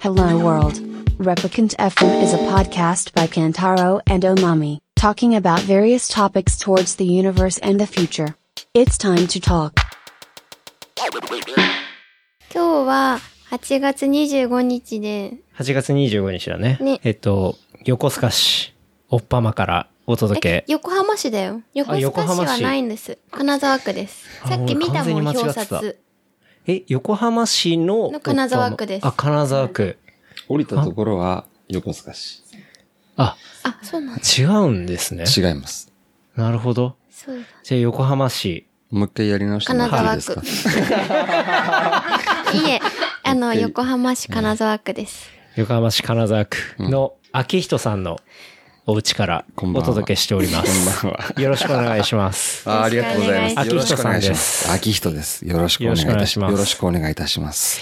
Hello World. Replicant FM is a podcast by Kantaro and Omami, talking about various topics towards the universe and the future. It's time to talk. 今日は8月25日で、 8月25日だね。ねえっと、横須賀市、おっぱまからお届えけ、。横浜市だよ。横須横賀市浜は市ないんです。金沢区です。あさっき見たもん、俺完全に間違表ってた札。え、横浜市の。の金沢区ですおっぱまあ、金沢区。降りたところは横須賀市。あ、あ、そうなんだ。違うんですね。違います。なるほど。そうだ。 じゃあ横浜市。もう一回やり直してもらっていいですか金いえ、あの、 OK 横浜市金沢区です。横浜市金沢区の明人さんのお家からこんばんおは届けしております。こんばんは。よろしくお願いします。 あーありがとうございます。よよろろししくおくお願い願いししまますす。秋人です。よろしくお願いいたします。よろしくお願いいたします。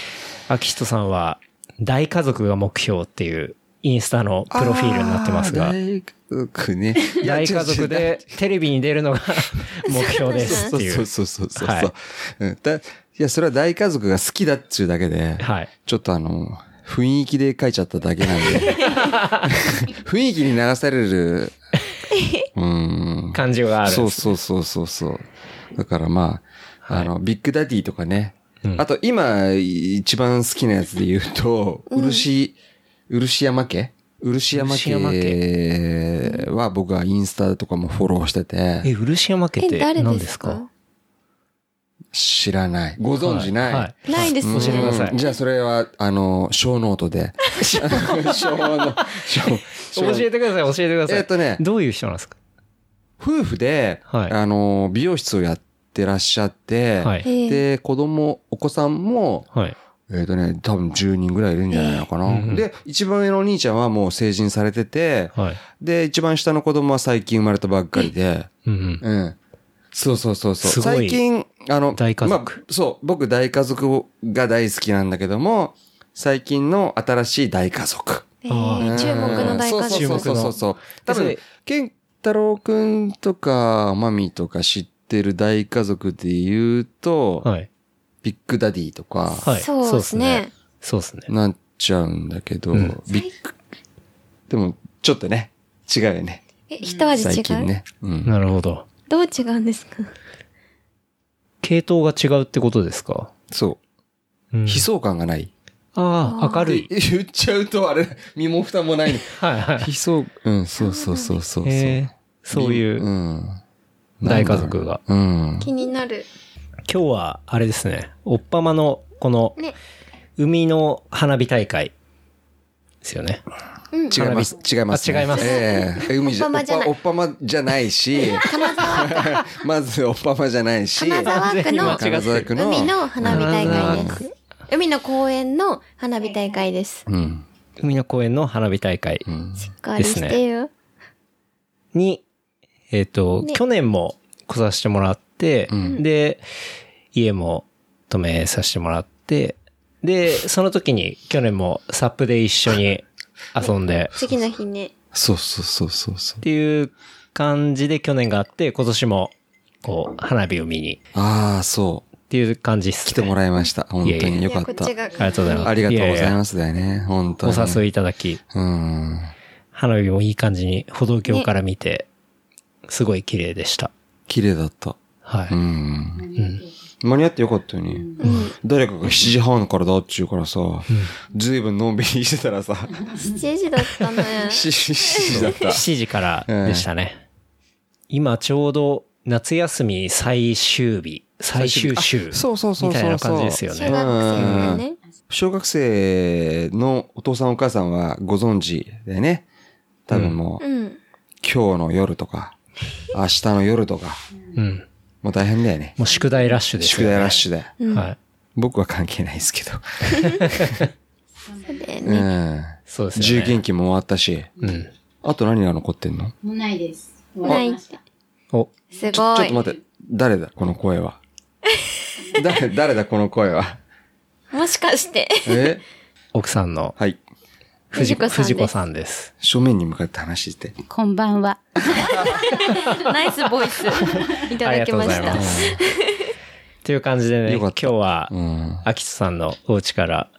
明人さんは、大家族が目標っていうインスタのプロフィールになってますがあ、ー大家族ね。いや 大家族。でテレビに出るの が目標ですそっうてい そうう。そうそうそうそう、はいうんだ。いや、それは大家族が好きだっちゅうだけで、はい。ちょっとあの、雰囲気で書いちゃっただけなん で、 雰囲気に流される、うん、感情がある。そうそうそうそうそう。だからまあ、あの、ビッグダディとかうね。んあと今、一番好きなやつで言うと、漆、漆山家漆山漆山家は僕はインスタとかもフォローしてえ、て、漆山家っえ、て誰何でですすかか知らない。ご存知ない。ははないですうん教えてくださね。いじゃあそれは、あの、小ノート で。 小ノート小教えてください、教えてください。えっとねどういう人なんですか夫婦で、はいあの、美容室をやってらっしゃって、はい。えーで、子供、お子さんも、はい。えっ、とね、多分10人ぐらいいるんじゃないのかな。ええうんうんで、一番上のお兄ちゃんはもう成人されてて、はい。で、一番下の子供は最近生まれたばっかりで、うんうん。うん。そうそうそうそう。すごい最近、あの、大家族まあそう、僕大家族が大好きなんだけども、最近の新しい大家族。えあーうん注目の大家そう族。そうそうそうそう。多注目の分、健太郎くんとか、マミとか知ってる大家族で言うと、はい。ビッグダディとか、はい。そうですね。そうですね。なっちゃうんだけど、うんびっでも、ちょっとね、違うよね。え、一味最違近うね。うん。なるほど。どう違うんですか系統が違うってことですかそうんう。悲壮感がない。ああ、明るい。で言っちゃうと、あれ、身も蓋 もないの。はいはい。悲壮、うん、そうそうそうそうそう。。えーそういううん大家族が。うん。気になる。今日は、あれですね、おっぱまの、この、ね。海の花火大会。ですよね。うん。違います。違います、あ違いますえ え海じゃ、おっおぱっまじゃないぱ、おっぱまじゃないし、 まずおっぱまじゃないし、金沢区の完全に間違ってる金沢区の、海の花火大会です。海の公園の花火大会です。うん。海の公園の花火大会うん。しっかりしてよ。に、えっ、と、ね去年も来させてもらって、うんで、家も泊めさせてもらって、で、その時に去年もサップで一緒に遊んで、っ次の日ね。そうそうそうそうそう。ていう感じで去年があって、今年も、こう、花火を見に、ああ、そう。っていう感じっす、ね。来てもらいました。本い当やいやによかっこっちた。が。あありがとうございます。ありがとうございやますだよね。本当に。やお誘いいただき、うん。花火もいい感じに歩道橋から見て、すごい綺麗でした。綺麗だった。はい。うん。うん間に合ってよかったよね。誰かが7時半からだっちゅうからさ、ずいぶんのんびりして たらさ、 7時だったね。 7時だった。 7時からでしたね。今ちょうど夏休み最終日、最終週。あそうそうそうそうそうみたいな感じですよ小学生ね。がね。小学生のお父さんお母さんはご存知でね、多分もう、うん。今日の夜とか、明日の夜とか、うん。もう大変だよね。もう宿題ラッシュです宿よね。題ラッシュで。ュはい。僕は関係ないですけど。そうだようね。ん。そうです自よ由研ね。究も終わったし、うん。あと何が残ってんのもうないです。終わわりりままししたた。お、すちょごちょっとい。待って、誰だ、この声 は。誰、誰だ、この声は。もしかして。え奥さんのはい。藤藤子子さんです藤子さんです。正面に向かって話して。こんばんは。ナイスボイス。いたあだりがきとうまござしいたま。す。という感じでね、よか今った日はう、ん。秋津さんのお家から、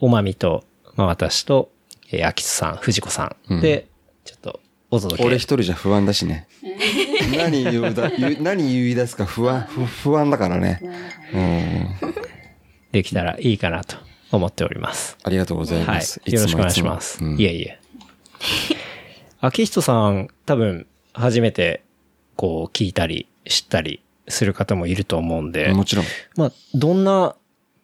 おまみとまあ私と、えー、秋津さん、藤子さんで、ちょっとお届け。俺一人じゃ不安だしね。 何言うだ、言う何言い出すか不安、不不安だからね。うん。できたらいいかなと思っております。ありがとうございはます。い。よろしくお願いしまつす。もうんいえい え。秋人さん、多分、初めて、こう、聞いたり、知ったりする方もいると思うんで、もちろん。まあ、どんな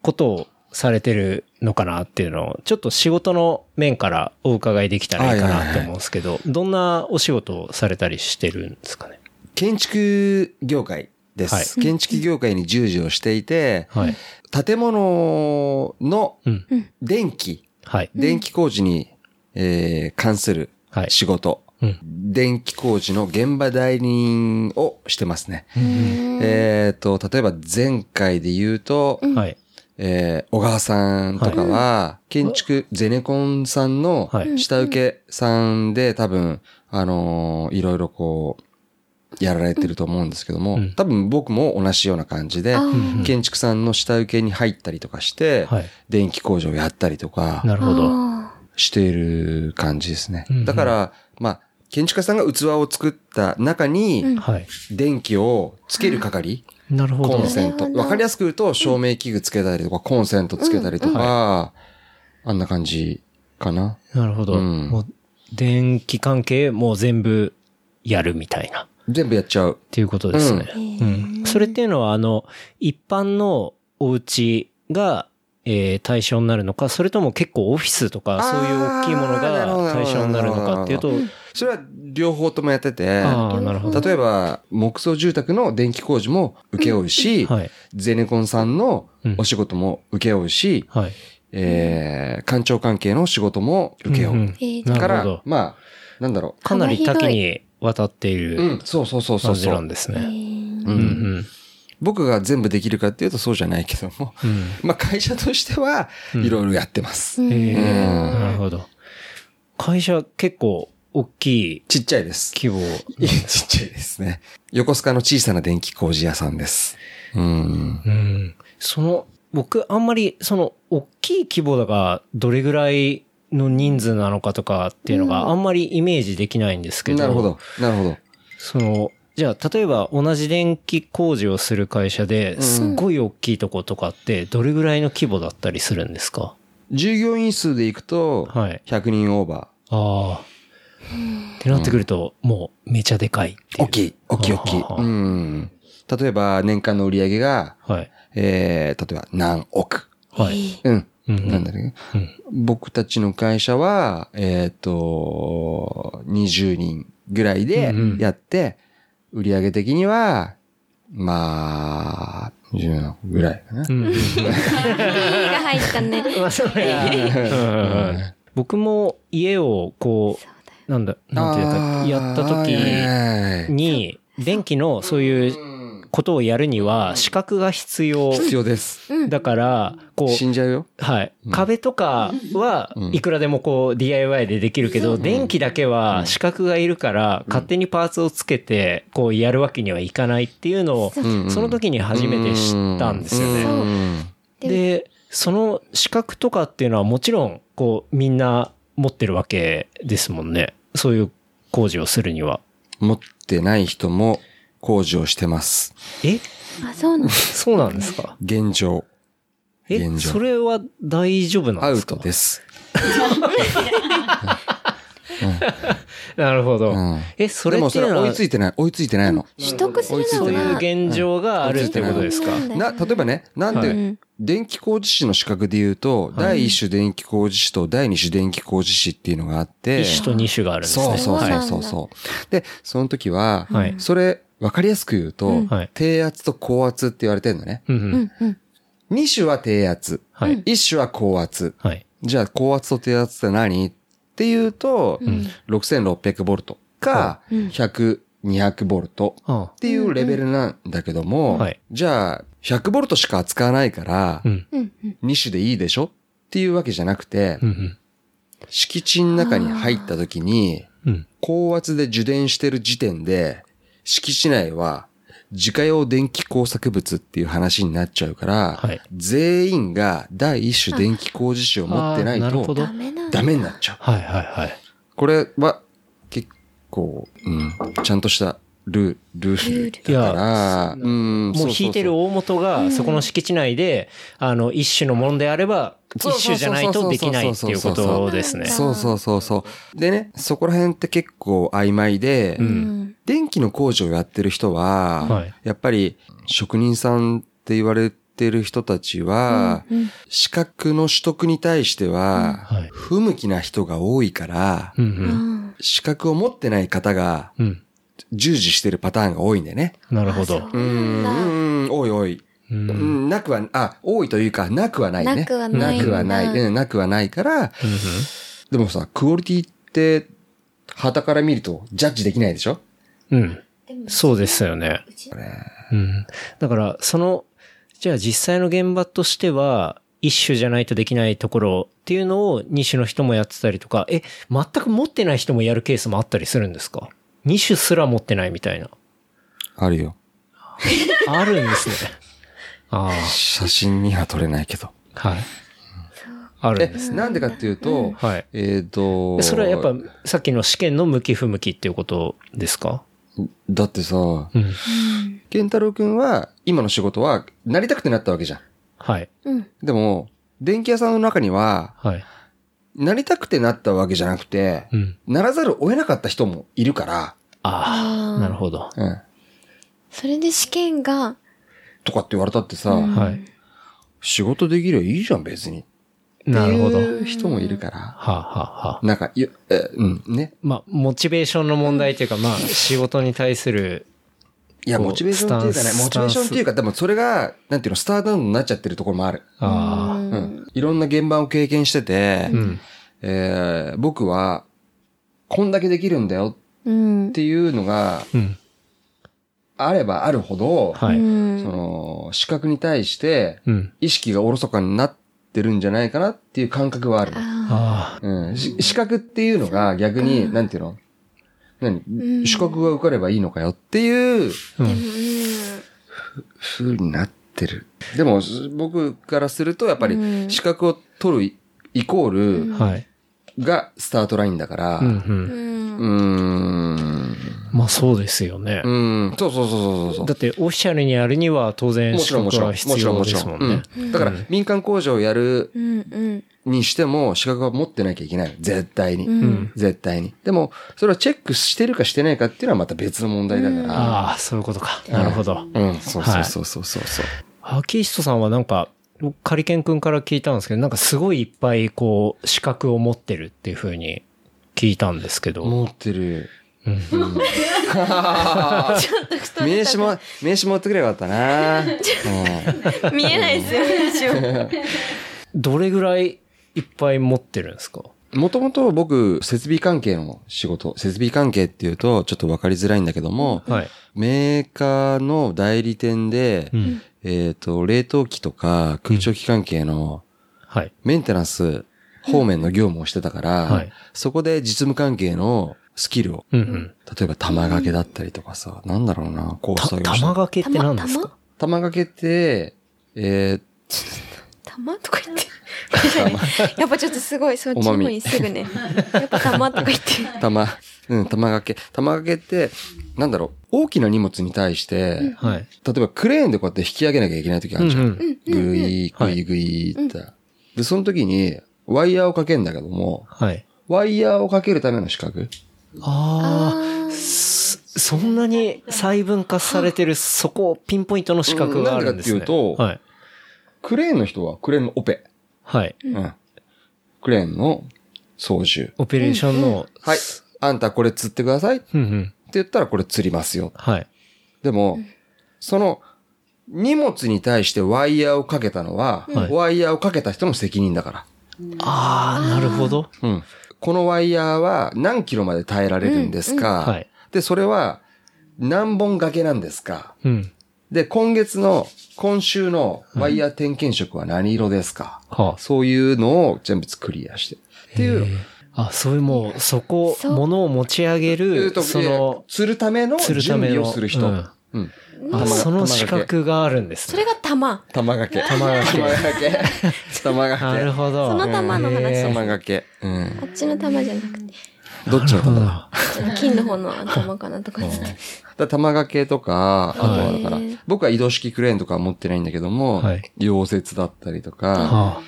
ことをされてるのかなっていうのを、ちょっと仕事の面からお伺いできたらいいかはいはないとはい思うんですけど、どんなお仕事をされたりしてるんですかね。建築業界ではいす。建築業界に従事をしていて、はい。建物のうん。電気、はい。電気工事に、えー関するはい仕事、うん電気工事の現場代理人をしてますね。えっと、例えば前回で言うと、はい。えー小川さんとかは、建築ゼネコンさんのはい下請けさんで多分、あのーいろいろこう、やられてると思うんですけども、うん多分僕も同じような感じであ、ー建築さんの下請けに入ったりとかして、はい電気工場をやったりとかなるほど。あしている感じですねうんうん。だから、まあ、建築家さんが器を作った中に、はい。電気をつける係、なるほコどン。センなるト。ほどわかりやすく言うと、照明器具つけたりとか、コンセントつけたりとか、あんな感じかな。なるほど。うんもう電気関係もう全部やるみたいな。っ全部やっちゃう。ていうことですね。ーへうーん。それっていうのは、あの、一般のお家が、えー対象になるのか、それとも結構オフィスとか、あーそういう大きいものなるほどがなるほ対ど象になるのかっていうと、それは両方ともやってて、ああ、なるほど。例えば、木造住宅の電気工事も請け負うし、はい。ゼネコンさんのお仕事も請け負うし、はい。えー、官庁関係の仕事も請けうんう負んえーう。なかるほらど、。まあ、なんだろ。かなり多幅広岐にわたっていううるん、そうそうそうそ感うじそなんう。ですね。ううんうんん。僕が全部できるかっていうとそうじゃないけども、うん。まあ会社としては、いろいろやってます。ええうんなるほど。会社結構大きいちっちゃいです。規模。いやちっちゃいですね。横須賀の小さな電気工事屋さんです。うん。うん。その、僕あんまりその大きい規模だがどれぐらいの人数なのかとかっていうのがあんまりイメージできないんですけど。なるほど。なるほど。その、じゃあ例えば同じ電気工事をする会社ですっごい大きいとことかってどれぐらいの規模だったりするんですか従業員数でいくと、はい。 100人オーバああ。ってなってくると、もうめちゃでかいっていー。う。大きい。大きいは大きい。ははうん。例えば、年間の売り上げが、はい。えー、例えば何億。はい。うん。うんうんなんだろううん僕たちの会社は、えっ、と、20人ぐらいでうんうんやって、売り上げ的には、まあ、10億ぐらいかな。うんうんいいが入ったね。まあそうねうんうん僕も家をこう、なんだ、なんていうか、やった時時に、電気のそういうことをやるには資格が必要。必要です。だから、こ死う、んじゃうよ。はい。壁とかはうんいくらでもこう DIY でできるけど、電気だけは資格がいるから、勝手にパーツをつけて、こうやるわけにはいかないっていうのを、その時に初めて知ったんですよね。ね。でで、その資格とかっていうのはもちろん、こう、みんな持ってるわけですもんね。そういう工事をするには。持ってない人も工事をしてます。えあ、そうなの。そうなんですか現状、え現状それは大丈夫なアんでウすかトです。なるほど。うんえ、そでれもってそいうれのは追、はいついてない。追いついてないの。取得するそうのいうが。現状があるってことです追かいついてないな、例えばね、なんはで、電気工事士の資格で言うと、第一種電気工事士と第二種電気工事士っていうのがあって、一種と二種があるんですね。そうそうはいそうそうそう。で、その時ははい、それ、わかりやすく言うとはい、低圧と高圧って言われてるのね。うんうん。二種は低圧。はい一種は高圧。はい。じゃあ高圧と低圧って何っていうと、6600ボルトか、100、200ボルトあっていうレベルなんだけどうんもはい、じゃあ100ボルトしか扱わないかあ。らう、ん。 2種でいいでしょっていうわけじゃなくてう、ん敷地の中に入った時に、うん。うん。高圧で受電してる時点で、敷地内は自家用電気工作物っていう話になっちゃうから、はい全員が第一種電気工事士を持ってなあーいなるほとどダメなんだダメになっちゃう。はいはいはい。これは結構、うん、ちゃんとしたルルールだから、うん、もう引いてる大元がそこの敷地内で、あの、一種のものであれば、そう一種じゃないとできないっていうことですね。そうそうそうそう。でね、そこら辺って結構曖昧で、ううんん。電気の工事をやってる人は、はいやっぱり職人さんって言われてる人たちは、うん資格の取得に対しては、はい。不向きな人が多いから、うんううん。ん。資格を持ってない方がうん。従事してるパターンが多いんだよね。なるほあどそう。うなんだん、うん多い多い。う。うんん、なくは、あ、多いというか、なくはないね。なくはないなくはない。なうん、なくはないから、でもさ、クオリティって、旗から見るとジャッジできないでしょうん。そうですよね。うん。だから、その、じゃあ実際の現場としては、一種じゃないとできないところっていうのを二種の人もやってたりとか、え、全く持ってない人もやるケースもあったりするんですか二種すら持ってないみたいな。あるよ。あるんです ね。あ写真には撮れないけど。あ。はい。あるんえです。、なんでかっていうと、はい。えっ、と、それはやっぱ、さっきの試験の向き不向きっていうことですかだってさ、うん。健太郎くんは、今の仕事は、なりたくてなったわけじゃん。はい。うん。でも、電気屋さんの中には、はい。なりたくてなったわけじゃなくて、うん。ならざるを得なかった人もいるから、あああ、ーなるほど。うん。それで試験が、とかって言われたってさ、うんはい。仕事できりゃいいじゃん、別に。なるほど。っはていう人もいるから。あ、はあはあ、なんか、よえうん、ね。まあ、モチベーションの問題というか、まあ、仕事に対する、いや、こうモチベーションっていうかスね、タンスモチベーションっていうか、でもそれが、なんていうの、スターダウンになっちゃってるところもある。あうん。いろんな現場を経験してて、あ、うん。えー僕は、こんだけできるんだようんっ。ていうのがうん。あればあるほど、はうい。んその、資格に対して、うん。意識がおろそかになってるんじゃないかなっていう感覚はある。ああうん。し資格っていうのが逆に、なんていうの何、うん資格が受かればいいのかよっていうあ、うあ。でも、ん。うん。風になってる。でも、す僕からすると、やっぱうり、ん資格を取るイコーはい。ルがスタートラインだから、うん、う。うんんうーん。まあ、そうですよねう。ん。そうそうそうそうそうだ。って、オフィシャルにやるには、当然、も資ちろんも格ちろん。はも必ちろん要もでちすろもん。んね。うんだからうん民間工場をやるうんにしても資格は持ってなきゃいけない。絶対に。うんん絶対に。でも、それをチェックしてるかしてないかっていうのはまた別の問題だから。ああ、そういうことか。なるほど。うん、そうそうそうそうそうそう。ハキストさんはなんか、僕カリケン君から聞いたんですけど、なんかすごいいっぱいこう、資格を持ってるっていうふうに聞いたんですけど。持ってる。うん名刺も、名刺持ってくればよかったな。うんうん。見えないですよ、ね、どれぐらいいっぱい持ってるんですかもともと僕、設備関係の仕事、設備関係っていうとちょっとわかりづらいんだけども、はい。メーカーの代理店で、うん。えっ、と、冷凍機とか空調機関係のはい。メンテナンス方面の業務をしてたから、はいそこで実務関係のスキルを、うんうん。例えば玉掛けだったりとかさ、なんだろうな、こうた、玉掛けって何ですか玉掛けって、えー玉とか言って。 やっぱちょっとすごい、そっちの方にすぐね。やっぱ玉とか言 って。玉、うん、玉掛け。玉掛けって、なんだろう、大きな荷物に対して、はい。例えばクレーンでこうやって引き上げなきゃいけない時あるじゃん。うんうんぐい、ぐいぐいって、で、その時に、ワイヤーをかけるんだけども、はい。ワイヤーをかけるための資格あああ、すそんなに細分化されてる、そこ、ピンポイントの資格があるんですね。うんなんでかっていうとはい。クレーンの人はクレーンのオペ。はい。うん。クレーンの操縦。オペレーションの、はい。あんたこれ釣ってくださいってうんうん。言ったらこれ釣りますよ。はい。でも、その、荷物に対してワイヤーをかけたのは、はいワイヤーをかけた人の責任だかああ、なるほど。ら。うん。このワイヤーは何キロまで耐えられるんですか、はい。で、それは何本掛けなんですかうん。で、今月の、今週のワイヤー点検色は何色ですか、はそういうのを全部クリアして。っていうの。あ。あ、そういうもう、そこ、そう物を持ち上げえーる、とその、釣るための釣準るため備のをする人。うんうんあ。あ、その資格があるんですそね。れが玉。玉掛 け。玉掛け玉掛け。玉掛なける。ほど。その玉の話へ玉ー掛け。うん。あっちの玉じゃなくて、どっちの玉だあ金の方の玉かなとか思って。だ玉掛けとか、あとはだからへー、僕は移動式クレーンとかは持ってないんだけどもはい、溶接だったりとか、あ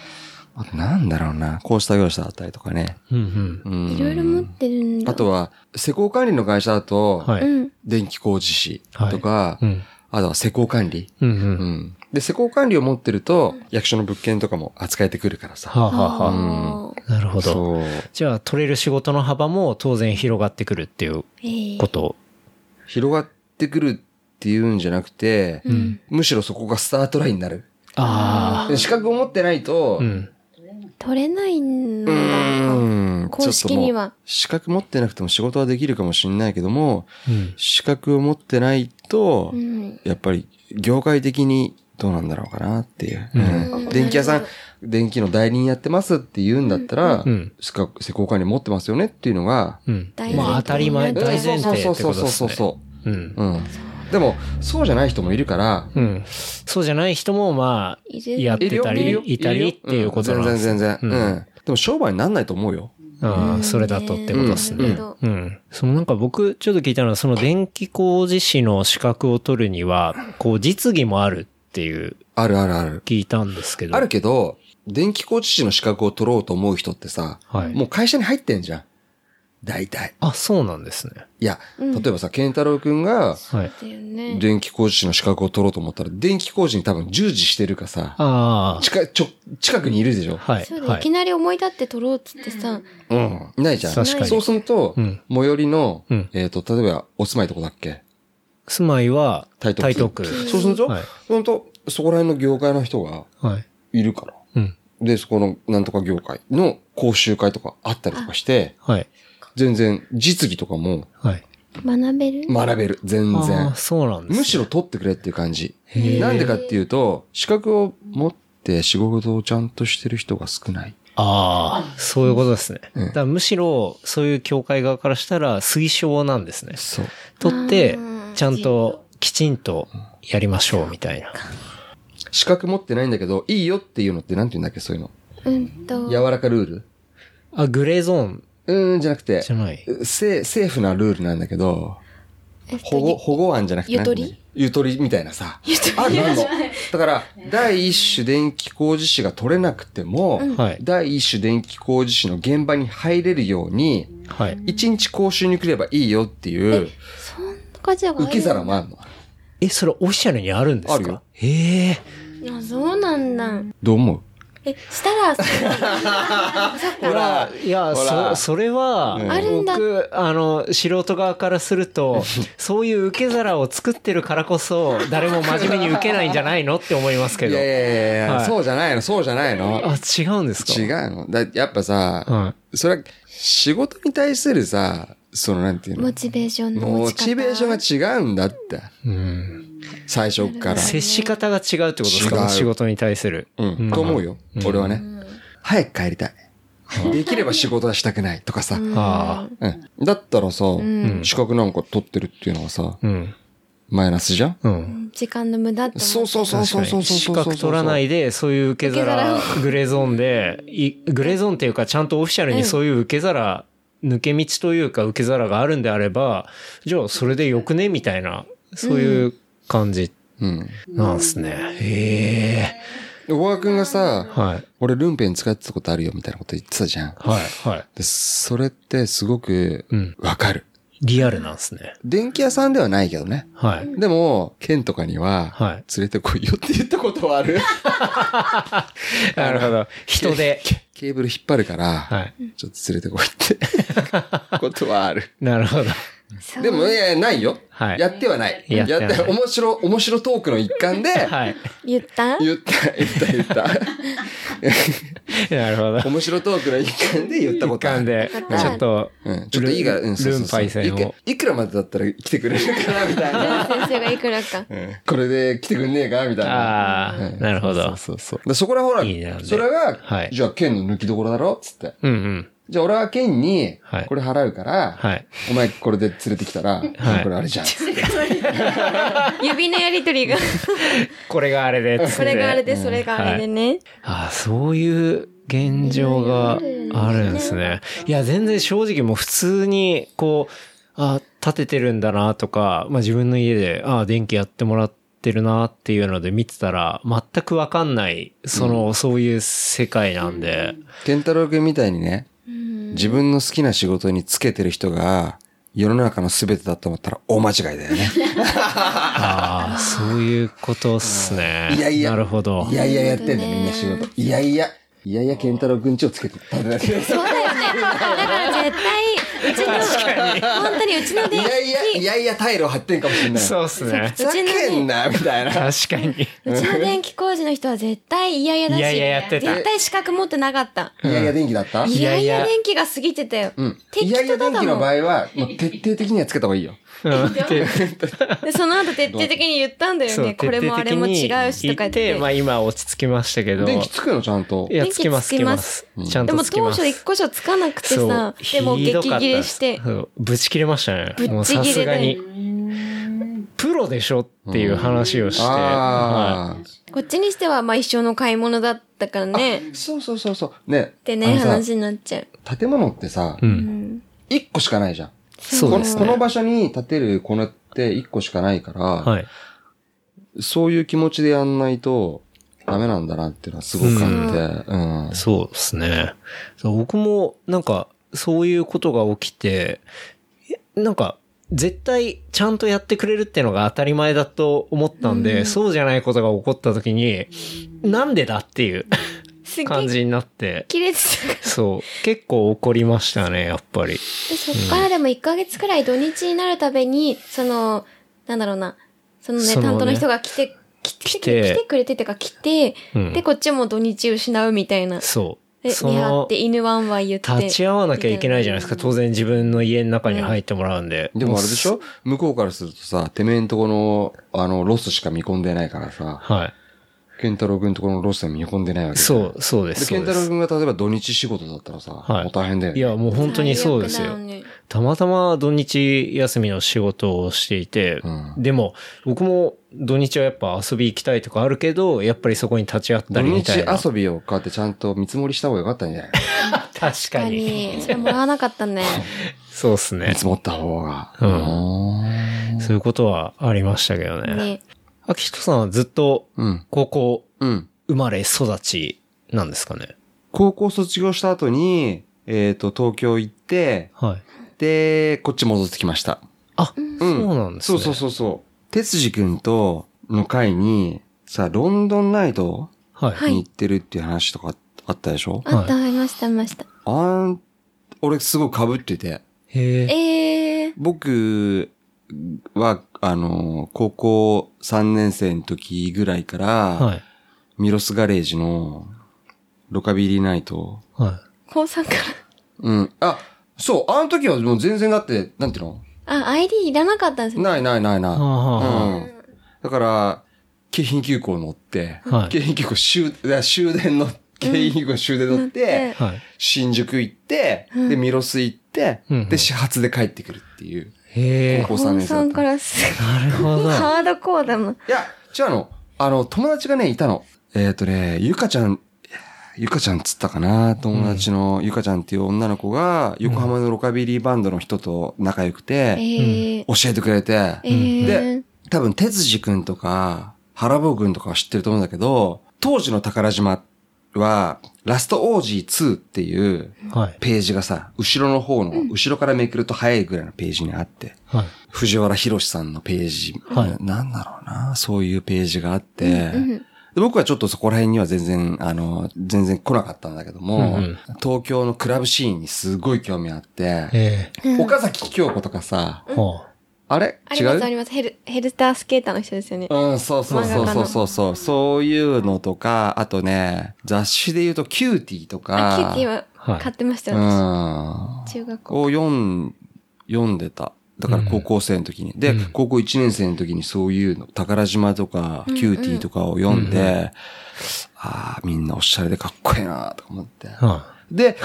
あとなんだろうな、こうした業者だったりとかね。うんうん。うんいろいろ持ってるんだ。あとは、施工管理の会社だと、うはい。ん。電気工事士とか、うん。あとは施工管理。うんう。うんん。で、施工管理を持ってると、役所の物件とかも扱えてくるからはあさ。はあはあ。あーなるほど。そう。じゃあ、取れる仕事の幅も当然広がってくるっていうえーこと。広がってくるっていうんじゃなくて、うん。むしろそこがスタートラインになる。あで資格を持ってないと、あ。うん。取れないんだ。うん公式には。ちょっともう資格持ってなくても仕事はできるかもしれないけども、うん。資格を持ってないと、うん。やっぱり業界的にどうなんだろうかなっていう。うんうん電気屋さん、電気の代理人やってますって言うんだったら、うん資格施工管理持ってますよねっていうのが、うん。大前提まあ、当たり前、うん大前提ってそこうそとうそうですそうね。そうう。ん。うん。でも、そうじゃない人もいるから、うん。そうじゃない人も、まあ、いるやっいるてよたるりよ、いたりるっよていうことうんなんですね全然全然。ううんん。でも商売になんないと思うよ。あうあ、んそれだとってことですうねん。うん。そのなんか僕、ちょっと聞いたのは、その電気工事士の資格を取るには、こう、実技もあるっていう、あるあるある。聞いたんですけど。あるけど、電気工事士の資格を取ろうと思う人ってさ、はいもう会社に入ってんじゃん。大体。あ、そうなんですね。いや、うん例えばさ、健太郎くんが、はい。だよね。電気工事士の資格を取ろうと思ったら、電気工事に多分従事してるかさ、あ近、ちょ、近くにいるでしあ、ょはい。そうだ、はいいき。なり思い立って取ろうっつってさ、うん。いないじゃん。確かにそうすると、うん最寄りの、うんえっ、と、例えば、お住まいどこだっけ住まいは、台東区そうすると、はいほんと、そこら辺の業界の人がはい。いるから。うん。で、そこの、なんとか業界の講習会とかあったりとかして、はい。全然、実技とかもはい。学べる学べる。全あ然あ、。そうなんですね。むしろ取ってくれっていう感じ。へえなんでかっていうと、資格を持って仕事をちゃんとしてる人が少ない。ああ、そういうことですね。うんだからむしろ、そういう協会側からしたら推奨なんですね。そう。取ってあー、ちゃんと、きちんとやりましょうみたいな。資格持ってないんだけど、いいよっていうのってなんて言うんだっけ、そういうの。うんと。柔らかルールあ、グレーゾーンうーん、じゃなくてじ、ゃない。セセーフなルールなんだけど、えっと保護、保護案じゃなくてゆとりなんていうのゆとりみたいなさ。あるあ るの。だから、第一種電気工事士が取れなくても、はい第一種電気工事士の現場に入れるように、はい。一日講習に来ればいいよっていう、そんな感じがある受け皿もあるの。え、それオフィシャルにあるんですかあるよへえ。あ、そうなんだ。どう思うえ、したら、そっほか。ら、いや、ほそ、らそれは、うんあるんだ僕、あの、素人側からする と、そういう受け皿を作ってるからこそ、誰も真面目に受けないんじゃないのって思いますけいどや。いやいやいや、はいそうじゃないの、そうじゃないの。あ、違うんですか違うの。だやっぱさ、はそれは仕事に対するさ、そのなんていうのモ、チベーションの持ちモ方。チベーションが違うんだって。い。うん。最初から。接し方が違うってことです違かう仕事に対する。うん。と思うよ。俺はね。早く帰りたい。できれば仕事はしたくないとかさ。うん。あだったらさ、ん資格なんか取ってるっていうのはさあ。、うん。マイナスじゃんうん。時間の無駄って思そうそうそう確そかうにそうそうそう。資格取らないで、そういう受け皿受け、グレーゾーンで、いグレーゾーンっていうか、ちゃんとオフィシャルにそういう受け皿、抜け道というか受け皿があるんであれば、じゃあそれでよくねみたいな、そういう感じうん。なんですね。へで小川くんがえ。さ、はい。俺ルンペン使ってたことあるよみたいなこと言ってたじゃん。はい。はい。で、それってすごくうん、わかる。リアルなんですね。電気屋さんではないけどね。はい。でも、県とかには、はい連れてこいよって言ったことはある。なるほど。人で。 ケーブル引っ張るから、はい。ちょっと連れてこいって ことはある。なるほど。そうでも、いやいや、ないよ。はいやってはない。やってはないやって、面白、面白トークの一環で、はい。言った言った、言った、言った。なるほ ど。面白トークの一環で言ったことあ間る。で、うんちょっと、うん、ちょっといいが、うルん、そうそうンそうパイセンいをく。いくらまでだったら来てくれるかな、みたいな。 先生がいくらか。うんこれで来てくんねえかみたいな。ああ、なるほど。そうそうそう。でそこらほら、いいねそれが、はいじゃあ、剣の抜きどころだろっつって。うんうん。じゃあ俺はケンにはい、これ払うから、はい。お前これで連れてきたら、はいこれあれじゃん。指のやりとり が、これがあれで、それがあれで、それがあれでね。ああ、そういう現状があるんですね。いや、全然正直もう普通に、こう、あ立ててるんだなとか、まあ自分の家で、あ電気やってもらってるなっていうので見てたら、全くわかんない、その、そういう世界なんで、ケンタロウ君みたいにね、うん自分の好きな仕事につけてる人が、世の中の全てだと思ったら大間違いだよ ね。ああ、そういうことっすね。いやいやなるほどい。やいややってんだよみんな仕事。いやいや、いやいやケンタロウ君ちをつけてたんだよ。そうだよね。だから絶対、うちの、本当にうちのい電やいや、いやいやタイルを張ってんかもしれない。そうっすねふ。ざけんな、みたいな。確かに。気、うちの電気工事の人は絶対嫌々だし、嫌々やってた絶対資格持ってなかった。いやいや電気だったいややいいやや電気が過ぎてたよ。うん。い適やいや当だ電だ気の場もん。合は、もう徹底的にはつけた方がいいよ。うん。ででその後徹底的に言ったんだよそうね。これもあれも違うしとか言っ徹底的に言てって。まあ今落ち着きましたけど。電気つくの、ちゃんとい。や、電つ気きます、つつききまますす。ちゃんでともつきま当す。初一個じゃつかなくてそうさ、でもひどか激った切れして。そうぶち切れましたね。もうぶち切されですがに。プロでしょっていう話をして。はあこっちにしてはまあ一生の買い物だったからね。あ。そうそうそうそう。ね。ってね、あのさ話になっちゃう。建物ってさい。う、。うんん一個しかないじゃん。そうですこのねこの。場所に建てるコネって一個しかないから、はい。そういう気持ちでやんないとダメなんだなっていうのはすごくあって、うん。そうですね。そう僕もなんかそういうことが起きて、えなんか絶対ちゃんとやってくれるってのが当たり前だと思ったんで、そうじゃないことが起こった時に、なんでだっていうすっげ感えじになって、切れてたからそう、結構怒りましたね、やっぱり。でそっからでも1ヶ月くらい土日になるたびに、その、なんだろうな、そのね、そのね担当の人が来て、来て、来来ててくれてってか来て、うんで、こっちも土日失うみたいな。そで、う。そ見張のっ、て犬ワンワン言って。立ち会わなきゃいけないじゃないですか。当然自分の家の中に入ってもらうんで。でもあれでしょ向こうからするとさ、てめえんとこの、あの、ロスしか見込んでないからさ、はケンタロウ君とこのロスは見込んでないわい。けじゃんそう、そうでで、す。ケそうンでタロウす君が例えば土日仕事だったらさ、はいもう大変だよね。いや、もう本当にそうです最悪よだ。ねたまたま土日休みの仕事をしていて、うんでも僕も土日はやっぱ遊び行きたいとかあるけど、やっぱりそこに立ち会った土りみ日たいな。遊びを買ってちゃんと見積もりした方がよかったんじゃない確確かかに。に。それもらわなか ったね。そうです見ね。積もった方が。うんん。そういうことはありましたけどね。ね。あきひとさんはずっとうん。高校うん。生まれ育ちなんですかね。高校卒業した後に、えっ、と、東京行って、はい。で、こっち戻ってきました。あ、うんそうなんですね。そうそうそうそう。哲司くんとの会に、さ、ロンドンナイトはい。はいに行ってるっていう話とかあったでしょ、あった、ありました、ありました。あん、俺すごい被ってて。へえ。えー、僕は、あの、高校3年生の時ぐらいから、はい。ミロスガレージのロカビリーナイト。は高3から。うん。あ、そう、あの時はもう全然だって、なんていうのあ、ID いらなかったんですね。ないないないい。ない。はあはあはうん。だから、京浜急行乗って、はい京浜急行終、だから終電乗って、京浜急行終電乗って、あはい。新宿行って、で、ミロス行って、うんうんで、始発で帰ってくるっていう。へえ。高高3年生だっ3たか。らすなるほごいど。ハードコアだもん。いや、違うの。あの、友達がね、いたの。えっ、とね、ゆかちゃん、ゆかちゃんっつったかな友達のゆかちゃんっていう女の子が、横浜のロカビリーバンドの人と仲良くえて、ー、教えてくれて、えー、で、多分、哲司くんとか、原坊くんとかは知ってると思うんだけど、当時の宝島は、ラストオージー2っていうはい。ページがさ、後ろの方の、後ろからめくると早いぐらいのページにあって、はい。藤原博さんのページ、はいななんだろうな、そういうページがあって、うんで僕はちょっとそこら辺には全然、あの、全然来なかったんだけども、うんうん東京のクラブシーンにすごい興味あって、ええ。岡崎京子とかさ、はあ。あれあ違りますあうります。ヘル、ヘルスタースケーターの人ですよね。うん、そうそう漫画そう家そうのそうそう、そういうのとか、あとね、雑誌で言うとキューティーとあ、キュか、ーティーはいは買ってましたよ、私うん、中学校。を読ん、読んでた。だから高校生の時に。で、うん高校1年生の時にそういうの、宝島とか、キューティーとかを読んで、ああ、みんなおしゃれでかっこいいなとか思って。はで、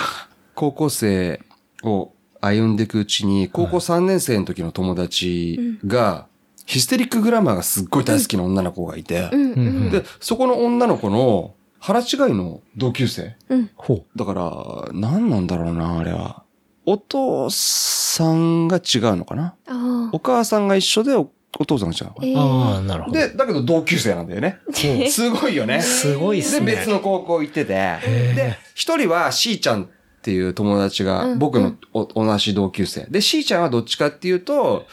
高校生を歩んでいくうちに、高校3年生の時の友達が、ヒステリックグラマーがすっごい大好きな女の子がいて、うんううんんで、そこの女の子の腹違いの同級生。ほだから、何なんだろうな、あれは。お父さんが違うのかなあお母さんが一緒でおお父さんが違うのかあ。えなう。ーああ、なるほど。で、だけど同級生なんだよね。 すごいよね。 すごいっすで、ね。別の高校行ってて。で、一人はしーちゃんっていう友達うんうが、ん僕のお同じ同級生。で、しーちゃんはどっちかっていうと、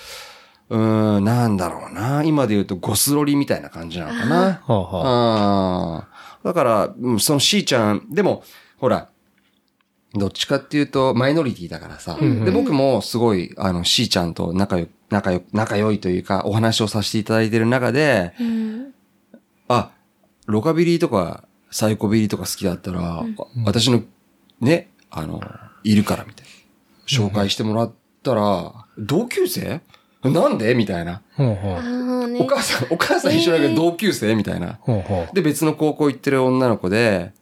うーん、なんだろうな。今で言うとゴスロリみたいな感じなのかな。はあはあ。ああ。だから、うんそのしーちゃん、でも、ほら、どっちかっていうと、マイノリティだからさ。んで、僕もすごい、あの、しーちゃんと仲良く、仲良く、仲良いというか、お話をさせていただいてる中で、うんあ、ロカビリーとかサイコビリーとか好きだったら、あ私の、ね、あの、いるからみたいな。紹介してもらったら、同級生なんでみたいな。ほうほあう。ーねお母さん、お母さん一緒だけど同級生みたいな。ほうほう。で、別の高校行ってる女の子で、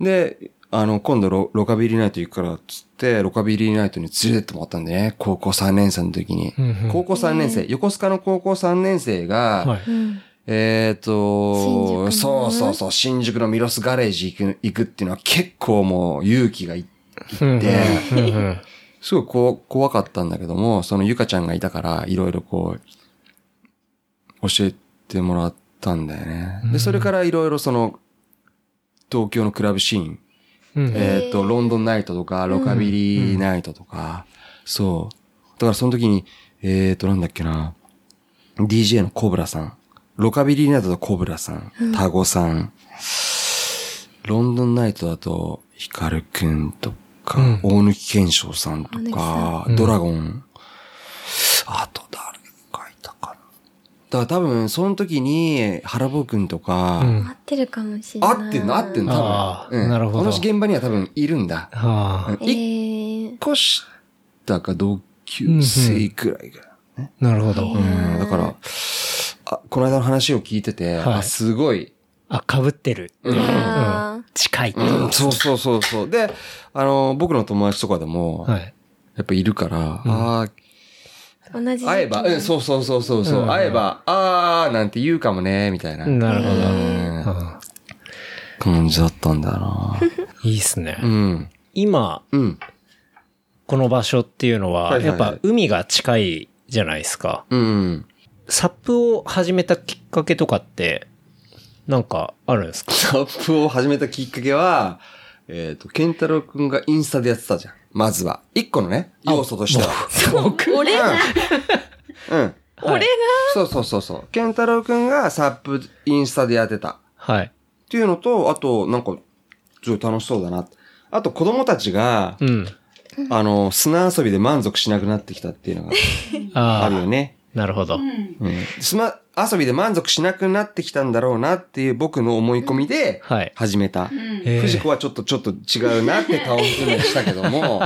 で、あの、今度ロロカビリーナイト行くからっつって、ロカビリーナイトに連れてってもらったんでね、高校3年生の時に。うんうん高校3年生、横須賀の高校3年生が、はい。うんえっ、新宿と、のそうそうそう、新宿のミロスガレージ行く行くっていうのは結構もう勇気がい、うんでうんうんすごいこう怖かったんだけども、そのゆかちゃんがいたから、いろいろこう、教えてもらったんだよね。で、それからいろいろその、東京のクラブシーン、うんうんえっ、と、ロンドンナイトとか、ロカビリーナイトとか、そう。だからその時に、えっ、と、なんだっけな、DJ のコブラさん、ロカビリーナイトだとコブラさん、タゴさん、ロンドンナイトだと、ヒカルくんとか、大貫健章さんと大貫かさ、ドラゴン、あと誰かいたかな。だから多分、その時に、原坊くんとか、うん合ってるかもしれない。合ってんの合ってんのあ多ー分。うんなるほど同じ現場には多分いるんだ。はあ。え一ー個下か同級生くらいが。なるほど。うん、だから、あ、この間の話を聞いてて、はいあ、すごい。あ、被ってる。あー近い。うん、そうそうそうそう。で、あの、僕の友達とかでも、はい。やっぱいるから、あ同じあ、会えば、うん、そうそうそうそうそう、うん会えば、あーなんて言うかもね、みたいななるほど。うんうん感じだったんだな。いいっすねう。ん。今、うん。この場所っていうのはは、いはいやはっいぱ海が近いじゃないですか。うん。サップを始めたきっかけとかって、なんかあるんですかサップを始めたきっかけは、えっ、と、ケンタロウくんがインスタでやってたじゃん。まずは。一個のね、要素としては。そう俺がうん。うん。俺がそうそうそうそう。ケンタロウくんがサップインスタでやってた。はい。っていうのと、あと、なんか、すごい楽しそうだな。あと、子供たちがう、ん。あの、砂遊びで満足しなくなってきたっていうのがあるあよね。あ、なるほど。うん。砂遊びで満足しなくなってきたんだろうなっていう僕の思い込みで、はい。始めた。えー藤子はちょっと、ちょっと違うなって顔をするのしたけど も、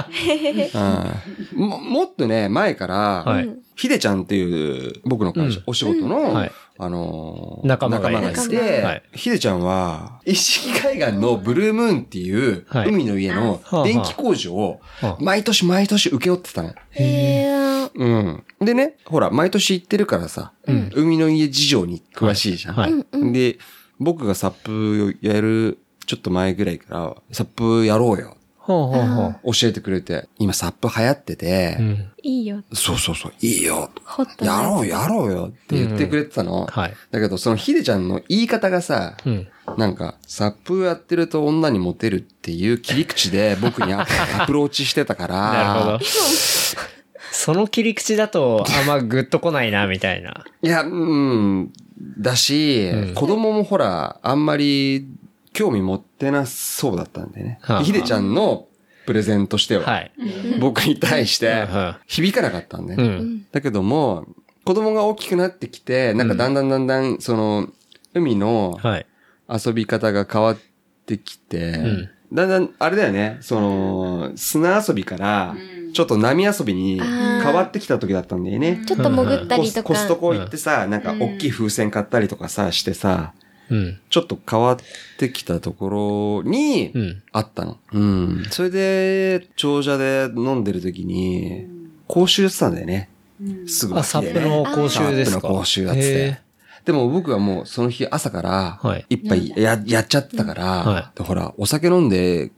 うんも、もっとね、前から、はい。ひでちゃんっていう、僕の会社うんお仕事の、はいあのー仲間がいるい仲間はいて、ひでちゃんは、石垣海岸のブルームーンっていう、はい海の家のはあ電気工事をは、あ毎年毎年請け負ってたの。えーうん。でね、ほら、毎年行ってるからさ、海の家事情に詳しいじゃん。はいはいで、僕がサップやる、ちょっと前ぐらいから、サップやろうよ。ほうほうほう。教えてくれて、今サップ流行ってて、うん。いいよ。そうそうそう、いいよ。ホットやなろうやろうよって言ってくれてたの。はい。だけど、そのひでちゃんの言い方がさ、うん。なんか、サップやってると女にモテるっていう切り口で僕にア アプローチしてたから、なるほど。その切り口だと、あんまグッとこないな、みたいな。いや、うん、だし、うん子供もほら、あんまり興味持ってなそうだったんでねはあ。ひでちゃんのプレゼントしては、はい。僕に対してうんうん響かなかったんで、うねん。だけども、子供が大きくなってきて、なんかだんだんだんだん、その、海のはい。遊び方が変わってきて、んだんだん、あれだよね、その、砂遊びから、ちょっと波遊びに変わってきた時だったんだよね。ちょっと潜ったコりスとコストか。コ行ってさ、なんか大きい風船買ったりとかさ、してさ、うん。ちょっと変わってきたところにう、ん。あったの。うん。それで、長者で飲んでる時に、講習やってたんだよね。すぐあ、脇サでッねプの講習ですかサップの講習やっててへでも僕はもうその日朝からはい、一杯や、やっちゃってたから、はでほら、お酒飲んで、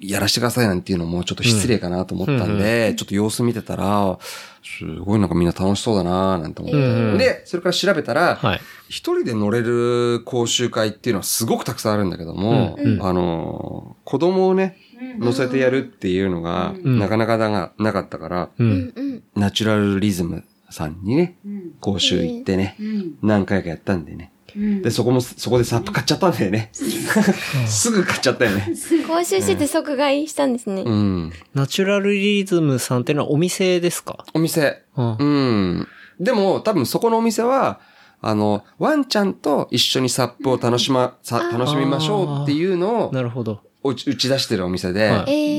やらしてくださいなんていうのもちょっと失礼かなと思ったんで、ちょっと様子見てたら、すごいなんかみんな楽しそうだななんて思って。うんうんで、それから調べたら、ーはい。一人で乗れる講習会っていうのはすごくたくさんあるんだけども、うんうんあの、子供をね、乗せてやるっていうのが、んなかなかながなかったから、う。うんんうん。ナチュラルリズムさんにね、講習行ってね、何回かやったんでね。Mm. で、そこも、そこでサップ買っちゃったんだよね。すぐ買っちゃったよね。講習してて即買いしたんですね。うん。ナチュラルリズムさんってのはお店ですかお店。あうん。でも、多分そこのお店は、あの、ワンちゃんと一緒にサップを楽しま、さ楽しみましょうっていうのをなるほど。打ち打ち出してるお店で、はえー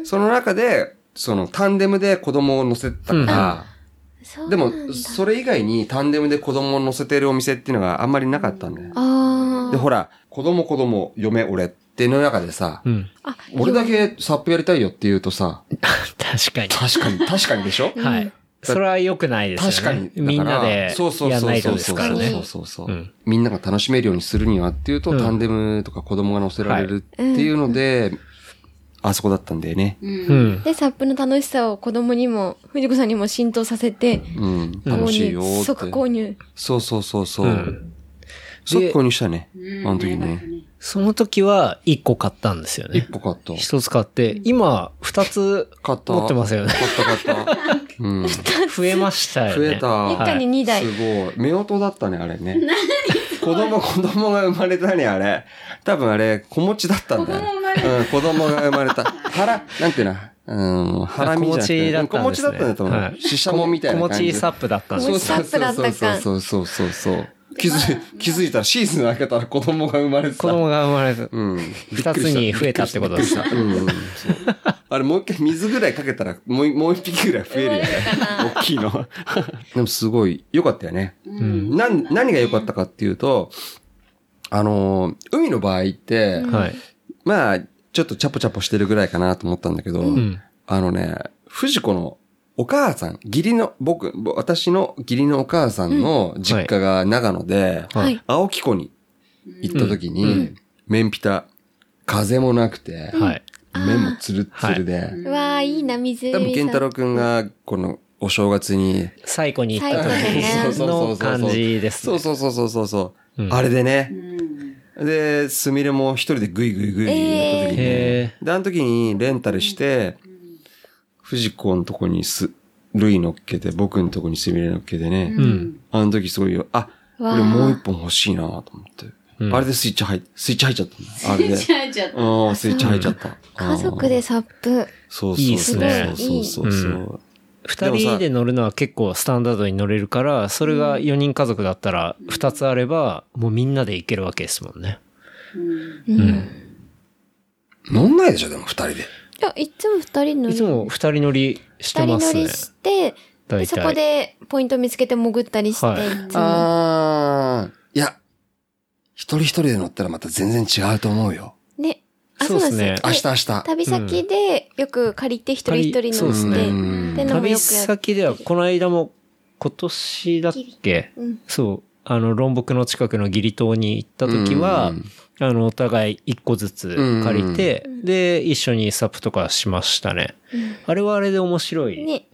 で、その中で、そのタンデムで子供を乗せたから、そうでなんだも、それ以外にタンデムで子供を乗せてるお店っていうのがあんまりなかったんだよ。あで、ほら、子供子供、嫁俺っての中でさ、うん。あ。俺だけサップやりたいよって言うとさ、 確かに。確 かに、確かにでしょはい。それは良くないですよね。確かに。だからみんなでそうそうやんそなういそとうですそうからそねう。そうそうう、んみんなが楽しめるようにするにはっていうと、うんタンデムとか子供が乗せられるっていうので、あそこだったんだよね。うん。で、サップの楽しさを子供にも、藤子さんにも浸透させて、うん。ん楽しいよ購入って。即購入。そうそうそうそう。うん即購入したね。あの時ね。その時は1個買ったんですよね一。個買った。 1つ買って、今2つ買った。持ってますよね。買った買った。うん。増えましたよ増ね。えた。一家に2台。すごい。夫婦だったね、あれ ね。子供、子供が生まれたね、あれ。多分あれ、子持ちだったんだよ。うん、子供が生まれた。腹、なんていうのうん、腹みじゃなくあ子て子持持ちちだだっったたんんだですねはと思う。いシシャモみたいな感じ子持ちサップだったんですそうねそうそうそうそうそうそうそう。気づい、気づいたらシーズン開けたら子供が生まれてた。子供が生まれた。うん。二つに増えたってことですかびっくりしたうんうんそうあれもう一回水ぐらいかけたらもうもう一匹ぐらい増えるよね。大きいの。 でもすごい良かったよね。うん。なん、何が良かったかっていうと、あのー海の場合って、はい。まあ、ちょっとチャポチャポしてるぐらいかなと思ったんだけど、うん。あのね、藤子のお母さん、義理の、僕、ぼ私の義理のお母さんの実家が長野で、はいはい。青木湖に行った時うに、面ピタ、風もなくて、はい。目もツルッツルで、うわあいいな、水。多分健太郎くんが、この、お正月に、最後に行っ最た後時だねの感じですそうね。そうそうそうそうそう、うんあれでね、で、すみれも一人でグイグイグイやった時に、ねへで、あの時にレンタルして、藤子のとこにす、ルイ乗っけて、僕のとこにすみれ乗っけてね、え。うん。あの時すごいよ、あ、こわあれもう一本欲しいなと思って、うんあれでスイッチ入っ、スイッチ入っちゃったのあれで。ちゃちゃった。うん、スイッチ入っちゃった。家族でサップ。そうそうそう。いいっすねそうそうそういいそう。二人で乗るのは結構スタンダードに乗れるから、それが4人家族だったら2つあれば、もうみんなで行けるわけですもんね。うん。い飲んないでしょ、でも二人で。や、いつも二人乗り。いつも2人乗りして二人ま乗すねり。して、大で体そこでポイント見つけて潜ったりして、はいいつもあー、いや、一人一人で乗ったらまた全然違うと思うよ。ね。あ、そうっすね明日明日。旅先でよく借りて一人一人乗そうっでて、ですねうん飲む旅よくやっ先では、この間も今年だっけうんそう。あの、論木の近くの義理島に行った時は、うんあの、お互い一個ずつ借りて、で、一緒にサップとかしましたね。あれはあれで面白いでね。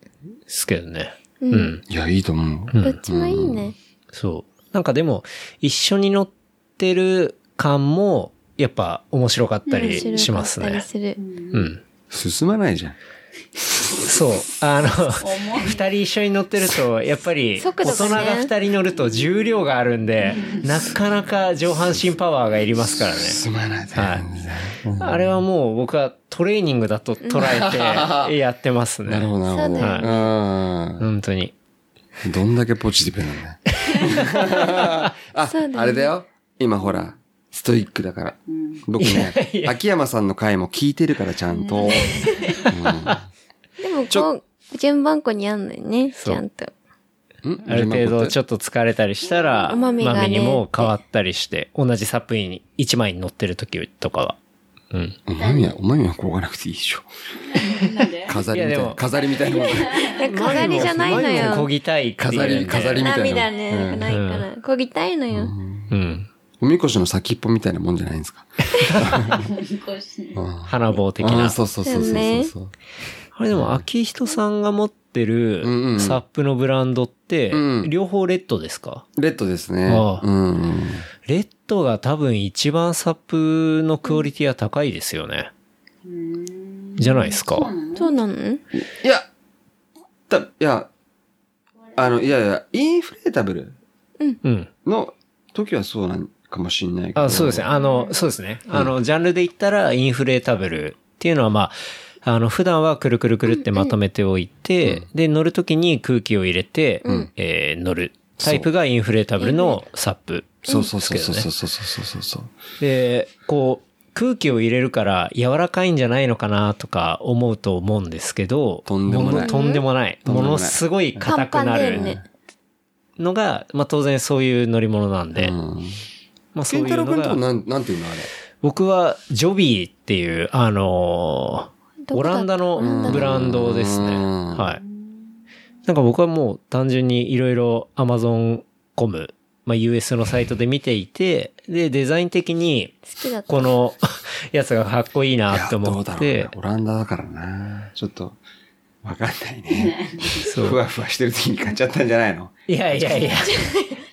すけどね。う。うんん。いや、いいと思う。うんどっちもいいね。そう。なんかでも、一緒に乗ってる感も、やっぱ面白かっ面た白かりったしますりね。するうん。進まないじゃん。そう。あの、二人一緒に乗ってると、やっぱり、大速度が人ねが二人乗ると重量があるんで、なかなか上半身パワーがいりますからね。進まない。はい。あれはもう僕はトレーニングだと捉え てやってますなね。るほど、なるほど。そう本当に。うん。どんだけポジティブなんだよあ、そうだねあれだよ。今ほら、ストイックだから。僕ね、秋山さんの回も聞いてるから、ちゃんと。でもちょこう、順番こにあんのよね、ちゃんと。んある程度ちょょっっと疲れたりしたら、お豆がね豆にも変わったりして、同じサプリに1枚に乗ってる時とかは。うん。と。お前みは、お前みはこがなくていいでしょ。飾りみいやたでいな。も飾りみたいなもんだよ。いや飾りじゃないの眉よ毛。こぎたいっていうね飾り、飾りみたいな。涙ね、なんかうんないから、こぎたいのよ。うん。おみこしの先っぽみたいなもんじゃないんですか。うん花棒的あーな。そうそうそうそうそうそう。あれでも、秋人さんが持ってうんうんるサップのブランドってう、ん両方レッドですかレッドですね。ああうんうん。レッドが多分一番サップのクオリティは高いですよね。じゃないですか。そうなのいや、た、いや、あの、いやいや、インフレータブルうん。の時はそうなんかもしんないけど。あそうですね。あの、そうですね。あの、ジャンルで言ったら、インフレータブルっていうのは、まあ、あの、普段はくるくるくるってまとめておいて、で、乗るときに空気を入れて、えー乗るタイプがインフレータブルのサップ。そうそうそうですけそうどねそうそうそうそうそう。で、こう、空気を入れるから柔らかいんじゃないのかなとか思うと思うんですけど、とんでもないのとんでもない。とんでももないのすごいパ硬ンパくンなだるよね。のが、まあ当然そういう乗り物なんで、うん。まあそうケいンタうロのウ君とこが、なん、なんていうのあれ。僕はジョビーっていう、あのーどオこだっラたンダのブランドですね。うんはい。なんか僕はもう単純にいろいろ Amazon コム、まあ US のサイトで見ていて、で、デザイン的に、好きだった。この やつがかっこいいいなやってど思うっだろうてね、オランダだからな。ちょっと、わかんないね。そふう。わふわしてる時に買っちゃったんじゃないのいやいやいや、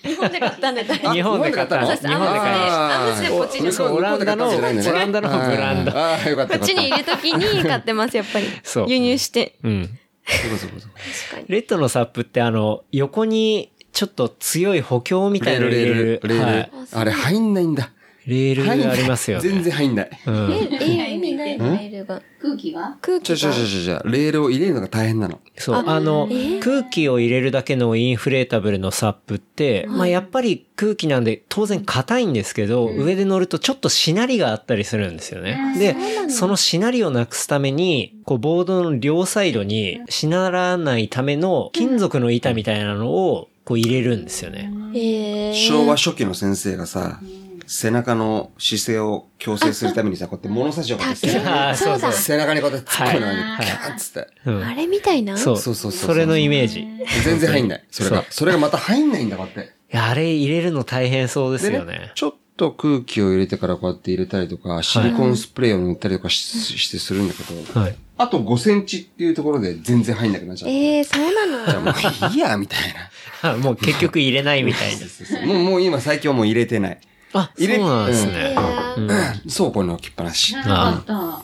日本で買ったん だ、大あ日本で買ったの。そうで日本すで買いましアムステアムステポチた。そう、オランダの、オランダのブランド。ああー、よかこっったよかった。ちにいるときに買ってます、やっぱり。そう輸入して。うん。そうかそうかそうか確かに。レッドのサップってあの、横にちょっと強い補強みたレいーなル、の入レれールる、。レール。はいあれ、入んないんだ。レー入ルんながいありますよ全ね。然入んない。うん。え、意味ないの、レールが。空気は空ちょ気ちょがちょちょちょ、レールを入れるのが大変なの。そう、あの、空気を入れるだけのインフレータブルのサップって、まあやっぱり空気なんで当然硬いんですけど、上で乗るとちょっとしなりがあったりするんですよね。で、そのしなりをなくすために、こうボードの両サイドにしならないための金属の板みたいなのをこう入れるんですよね。えー昭和初期の先生がさ、背中の姿勢を矯正するためにさ、こうやって物差しをこうやってさああ、そうそう。背中にこうやって突っ込むのに、はいキャーッつって。うんあれみたいなそう。そうそうそうそうそれのイメージ。い全然入んない。それがそう。それがまた入んないんだ、こうやって。やあれ入れるの大変そうですよね。ちょっと空気を入れてからこうやって入れたりとか、シリコンスプレーを塗ったりとかし,、してするんだけど、はい。あと5センチっていうところで全然入んなくなっちゃう。えー、そうなじゃのあも ういいや、みたいな。あもう結局入れないみたいな。もう、もう今最近はもう入れてない。あ、そ入れうなんですえね。ー倉庫に置きっぱなし。なかっ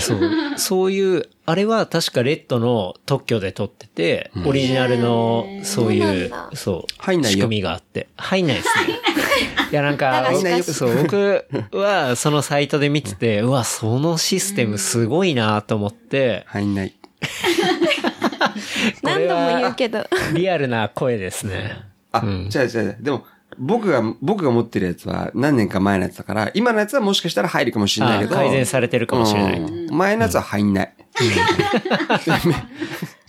そう。そういう、あれは確かレッドの特許で撮ってて、オリジナルの、そういそううなん、だそう、入んないよ仕組みがあって。入んないですね。いや、なんか、だがしかしそう、僕はそのサイトで見てて、うわ、そのシステムすごいなと思って、入んない。こ何れ度も言はうけど。リアルな声ですね。あ、違う違う違う。でも、僕が、僕が持ってるやつは何年か前のやつだから、今のやつはもしかしたら入るかもしれないあけど。改善されてるかもしれない。うん前のやつは入んない。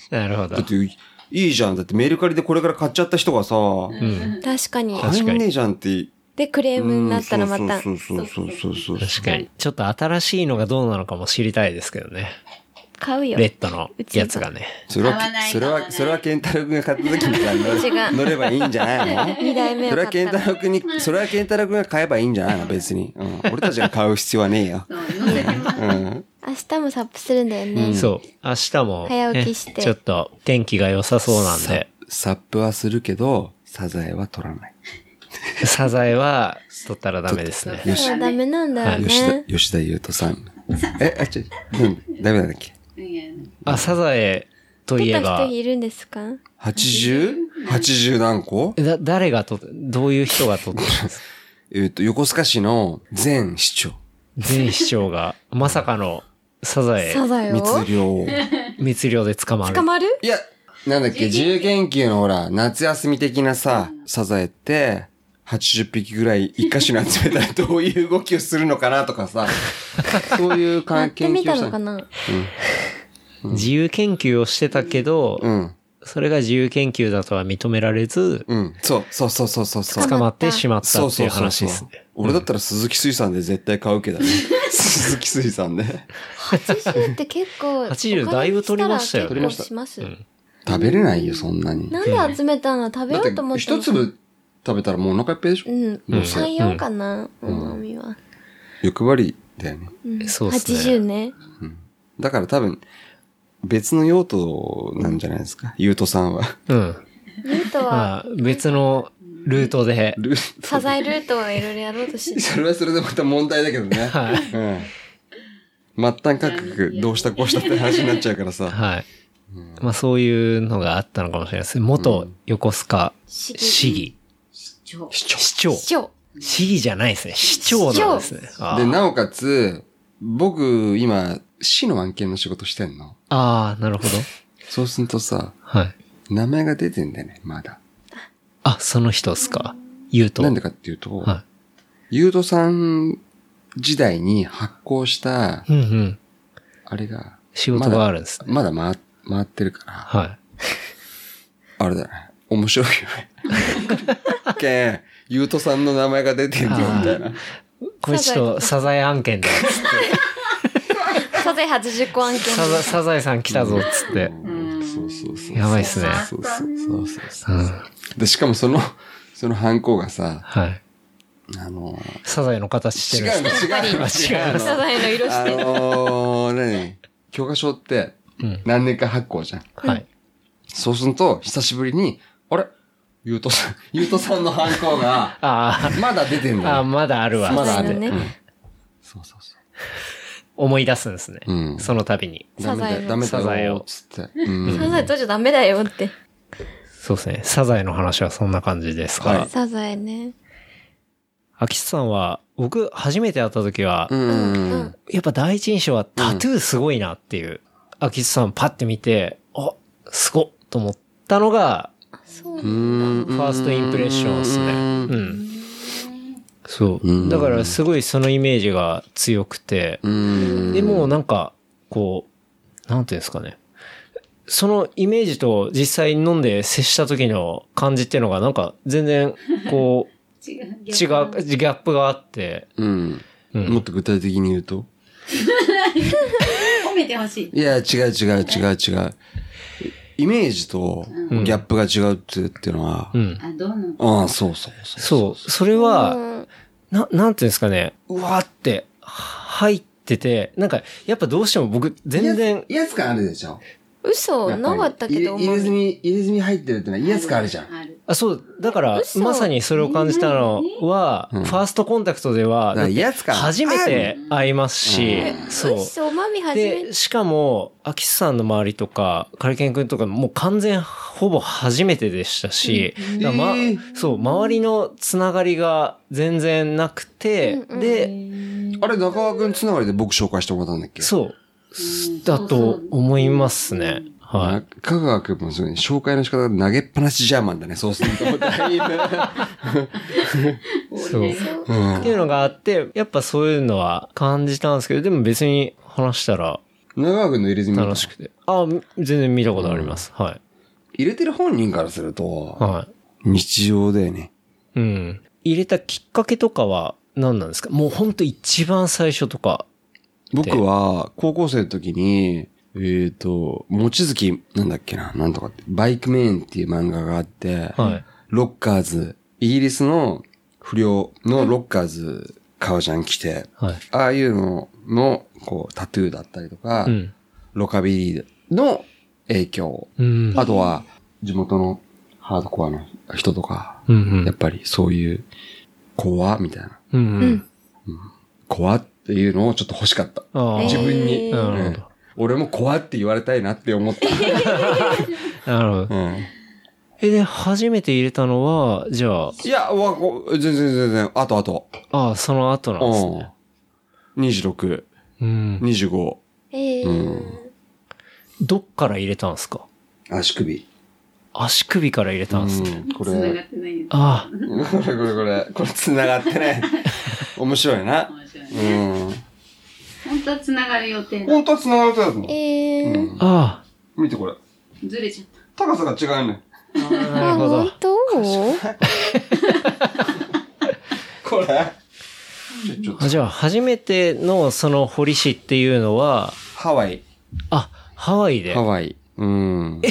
なるほだどっ。て、いいじゃん。だってメルカリでこれから買っちゃった人がさ、うん。確かに。確か入んにねえじゃんって。で、クレームになったらまた。そうそうそうそうそうそう。確かに。ちょっと新しいのがどうなのかも知りたいですけどね。買うよ。レッドのやつがね。それ合わは、ないそれ合わなは、いそれはケンタロウ君が買った時にさ違う乗れ乗ればいいんじゃないの 二代目をそ買れはケったンタら。ロウ君に、それはケンタロウ君が買えばいいんじゃないの別に。うん。俺たちが買う必要はねえよ。た。乗せてもらっうん。明日もサップするんだよね。そう。明日も、早起きしてちょっと天気が良さそうなんで、サップはするけど、サザエは取らない。サザエは取ったらダメですね。そよしうはダメなんだよ吉田ね、。吉田優斗さん。え、あ、ちょ、うん、ダメなんだっけて。いやあ、サザエとい取えったば人、いるんですか ?80?80 何個だ、誰が取っ、どういう人が取った んですかえっと、横須賀市の前市長。前市長が、まさかのサザエ、サザエを密漁。密漁で捕まる捕。まるいや、なんだっけ、自由研究のほら、夏休み的なさ、サザエって、80匹ぐらい一箇所に集めたらどういう動きをするのかなとかさ、そういうや関って係み研た究者のかな自由研究をしてたけど、うん。それが自由研究だとは認められず、うん。そう、そうそうそうそうそう。捕まってしまったそうってそいううそう話そうですね。俺だったら鈴木水産で絶対買うけどね。鈴木水産ね。 80って結 構、 80だいぶ取りましたよねお金にたら結構します。食べれないよ、そんなに。なんで集めたの食べだよっうと思て、っても。一粒食べたらもうお腹いっぱいでしうょん。うん3、4かな、おまみは。欲張りだよね。うんそうっすね80ね。だから多分、別の用途なんじゃないですか。ゆうとさんは。うん。ルートは、まあ、別のルートで、ルサザエルートはいろいろやろうとして。 それはそれでまた問題だけど ね。はい。うん。末端価格どうしたこうしたって話になっちゃうからさ。はい。まあそういうのがあったのかもしれないです。元横須賀市議市議。ちょ市長。市長。市長。市議じゃないですね。市長なんですね。あで、ーなおかつ、僕、今、市の案件の仕事してんの。あー、なるほど。そうするとさ、はい。名前が出てんだよね、まだ。あ、その人っすか。言うと。なんでかっていうと、はゆうとさん時代に発行したい。、うんうん。あれが、仕事があるんですね。まだ回回ってるから、はい。あれだね。面白いよね。けん、ゆうとさんの名前が出てんだよ、みたいな。これちょっとサザエ案件だ。サザエ80個案件。サザサザエさん来たぞっつって。うんそうそうそう。やばいっすねそうそうそうそうそうう。ん。で、しかもその、その犯行がさ、はい。あのー、サザエの形して違るうんですの、ね違うの、違うの。サザエの色しあてる。のー、何教科書ってうん、何年か発行じゃん。はい。そうすると、久しぶりに、あれゆうとさん、 ゆうとさんの犯行が、あまだ出てーんあー、だよ。まだあるわ。まだサあザエる。のねうんそうそうそう。思い出すんですね。うんその度に。ダメだよ、ダメサザだエよを、つって。うんサザエ取っちゃダメだよって。そうですね。サザエの話はそんな感じですが、はいサザエね。秋津さんは、僕、初めて会った時は、うんううんん。やっぱ第一印象はタトゥーすごいなっていう、秋津さんパッて見て、あ、すごっと思ったのが、そうう。んファーストインプレッションですね。うん。そうう。んだからすごいそのイメージが強くて、うん。でもうなんか、こう、なんていうんですかね。そのイメージと実際飲んで接した時の感じっていうのがなんか全然、こう、違違う。う、ギャップがあって、うん。うんもっと具体的に言うと褒めてほしい。いや、違う違う違う違う。イメージとギャップが違うってっていうのはう、ん。あ、どうなのああ、そうそうそう。そう。それうは、んな、なんていうんですかね、うわーって、入ってて、なんか、やっぱどうしても僕、全然、威圧感あるでしょ嘘、やぱりなかったけど、お入れま入れみ。墨、入れ墨入ってるってのは威圧感あるじゃん。ある。あ、そう、だから、嘘まさにそれを感じたのは、フうんァーストコンタクトでは、だから威圧感ある。初めて会いますしう、そう。嘘、おまみ初めてで、。しかも、アキスさんの周りとか、カリケン君とか、もう完全、ほぼ初めてでしたし、だからまえーそう、周りのつながりが全然なくて、うんうんで、あれ、中川くんつながりで僕紹介してもらったんだっけそう、うんだと思いますね。はい。中川くんもすごいね紹介の仕方が投げっぱなしジャーマンだね、そうすると。だいぶ。そう。っうんていうのがあって、やっぱそういうのは感じたんですけど、でも別に話したら中川くんの入れ墨。楽しくて。あ、全然見たことあります。はい。入れてる本人からすると、はい。日常だよね。うん。入れたきっかけとかは何なんですかもうほんと一番最初とか。僕は、高校生の時に、えっ、と、望月、なんだっけな、なんとかって、バイクメーンっていう漫画があって、はいロッカーズ、イギリスの不良のロッカーズ、革ジャン着て、はい。ああいうのの、こう、タトゥーだったりとか、うん。ロカビリーの影響、うん。あとは、地元のハードコアの人とか、うんうやっん。ぱりそういう、コアみたいな、うんうん。コアっていうのをちょっと欲しかった。ああ。自分にえーなうるほん俺も怖って言われたいなって思 った。ど。なるほど。うんえ、で、初めて入れたのは、じゃあ、いや、わ、こ全然全然、あとあと。ああ、その後なんですね。うん。26、うん。 25、ええうんどっから入れたんですか足首。足首から入れたんですね。うんこ繋がれ、ってないよ。あこれこれこれ、これ繋がって ね。面白いな。面白いねうん。本当は繋がる予定だ本当は繋がるとやつもええあ、ああ、見てこれ。ずれちゃっ高さが違うねん。なあ、るほ本ど。当これ。ちょっとあじゃあ、初めてのその堀市っていうのは、ハワイ。あ、ハワイで。ハワイ。うん。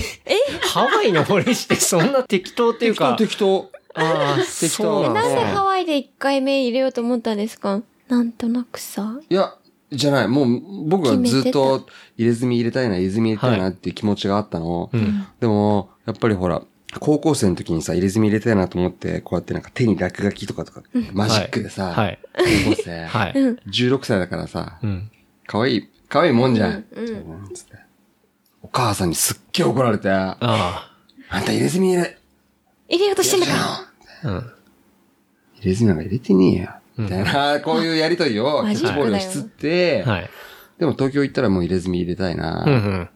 ハワイの堀市ってそんな適当っていうか。適当。ああ、適適当当なんなだんでハね。ワイで1回目入れようと思ったんですかなんとなくさ。いや、じゃない。もう、僕はずっと入れ墨入れたいな、入れ墨入れたいなっていう気持ちがあったの。うん。でも、やっぱりほら、高校生の時にさ、入れ墨入れたいなと思って、こうやってなんか手に落書きとかとか、マジックでさ、はい。高校 生、はい。うん。 16歳だからさう、ん。可愛いい、可愛いもんじゃん。うんうんなんつってお母さんにすっげえ怒られて、ああんた入れ墨入れ、入れようとしてんのかあ。うん。入れ墨なんか入れてねえよ。うんみたいな、こういうやりとりを、キャマッジチッボークルだよをしつって、はい。でも東京行ったらもう入れ墨入れたいな、うんうん。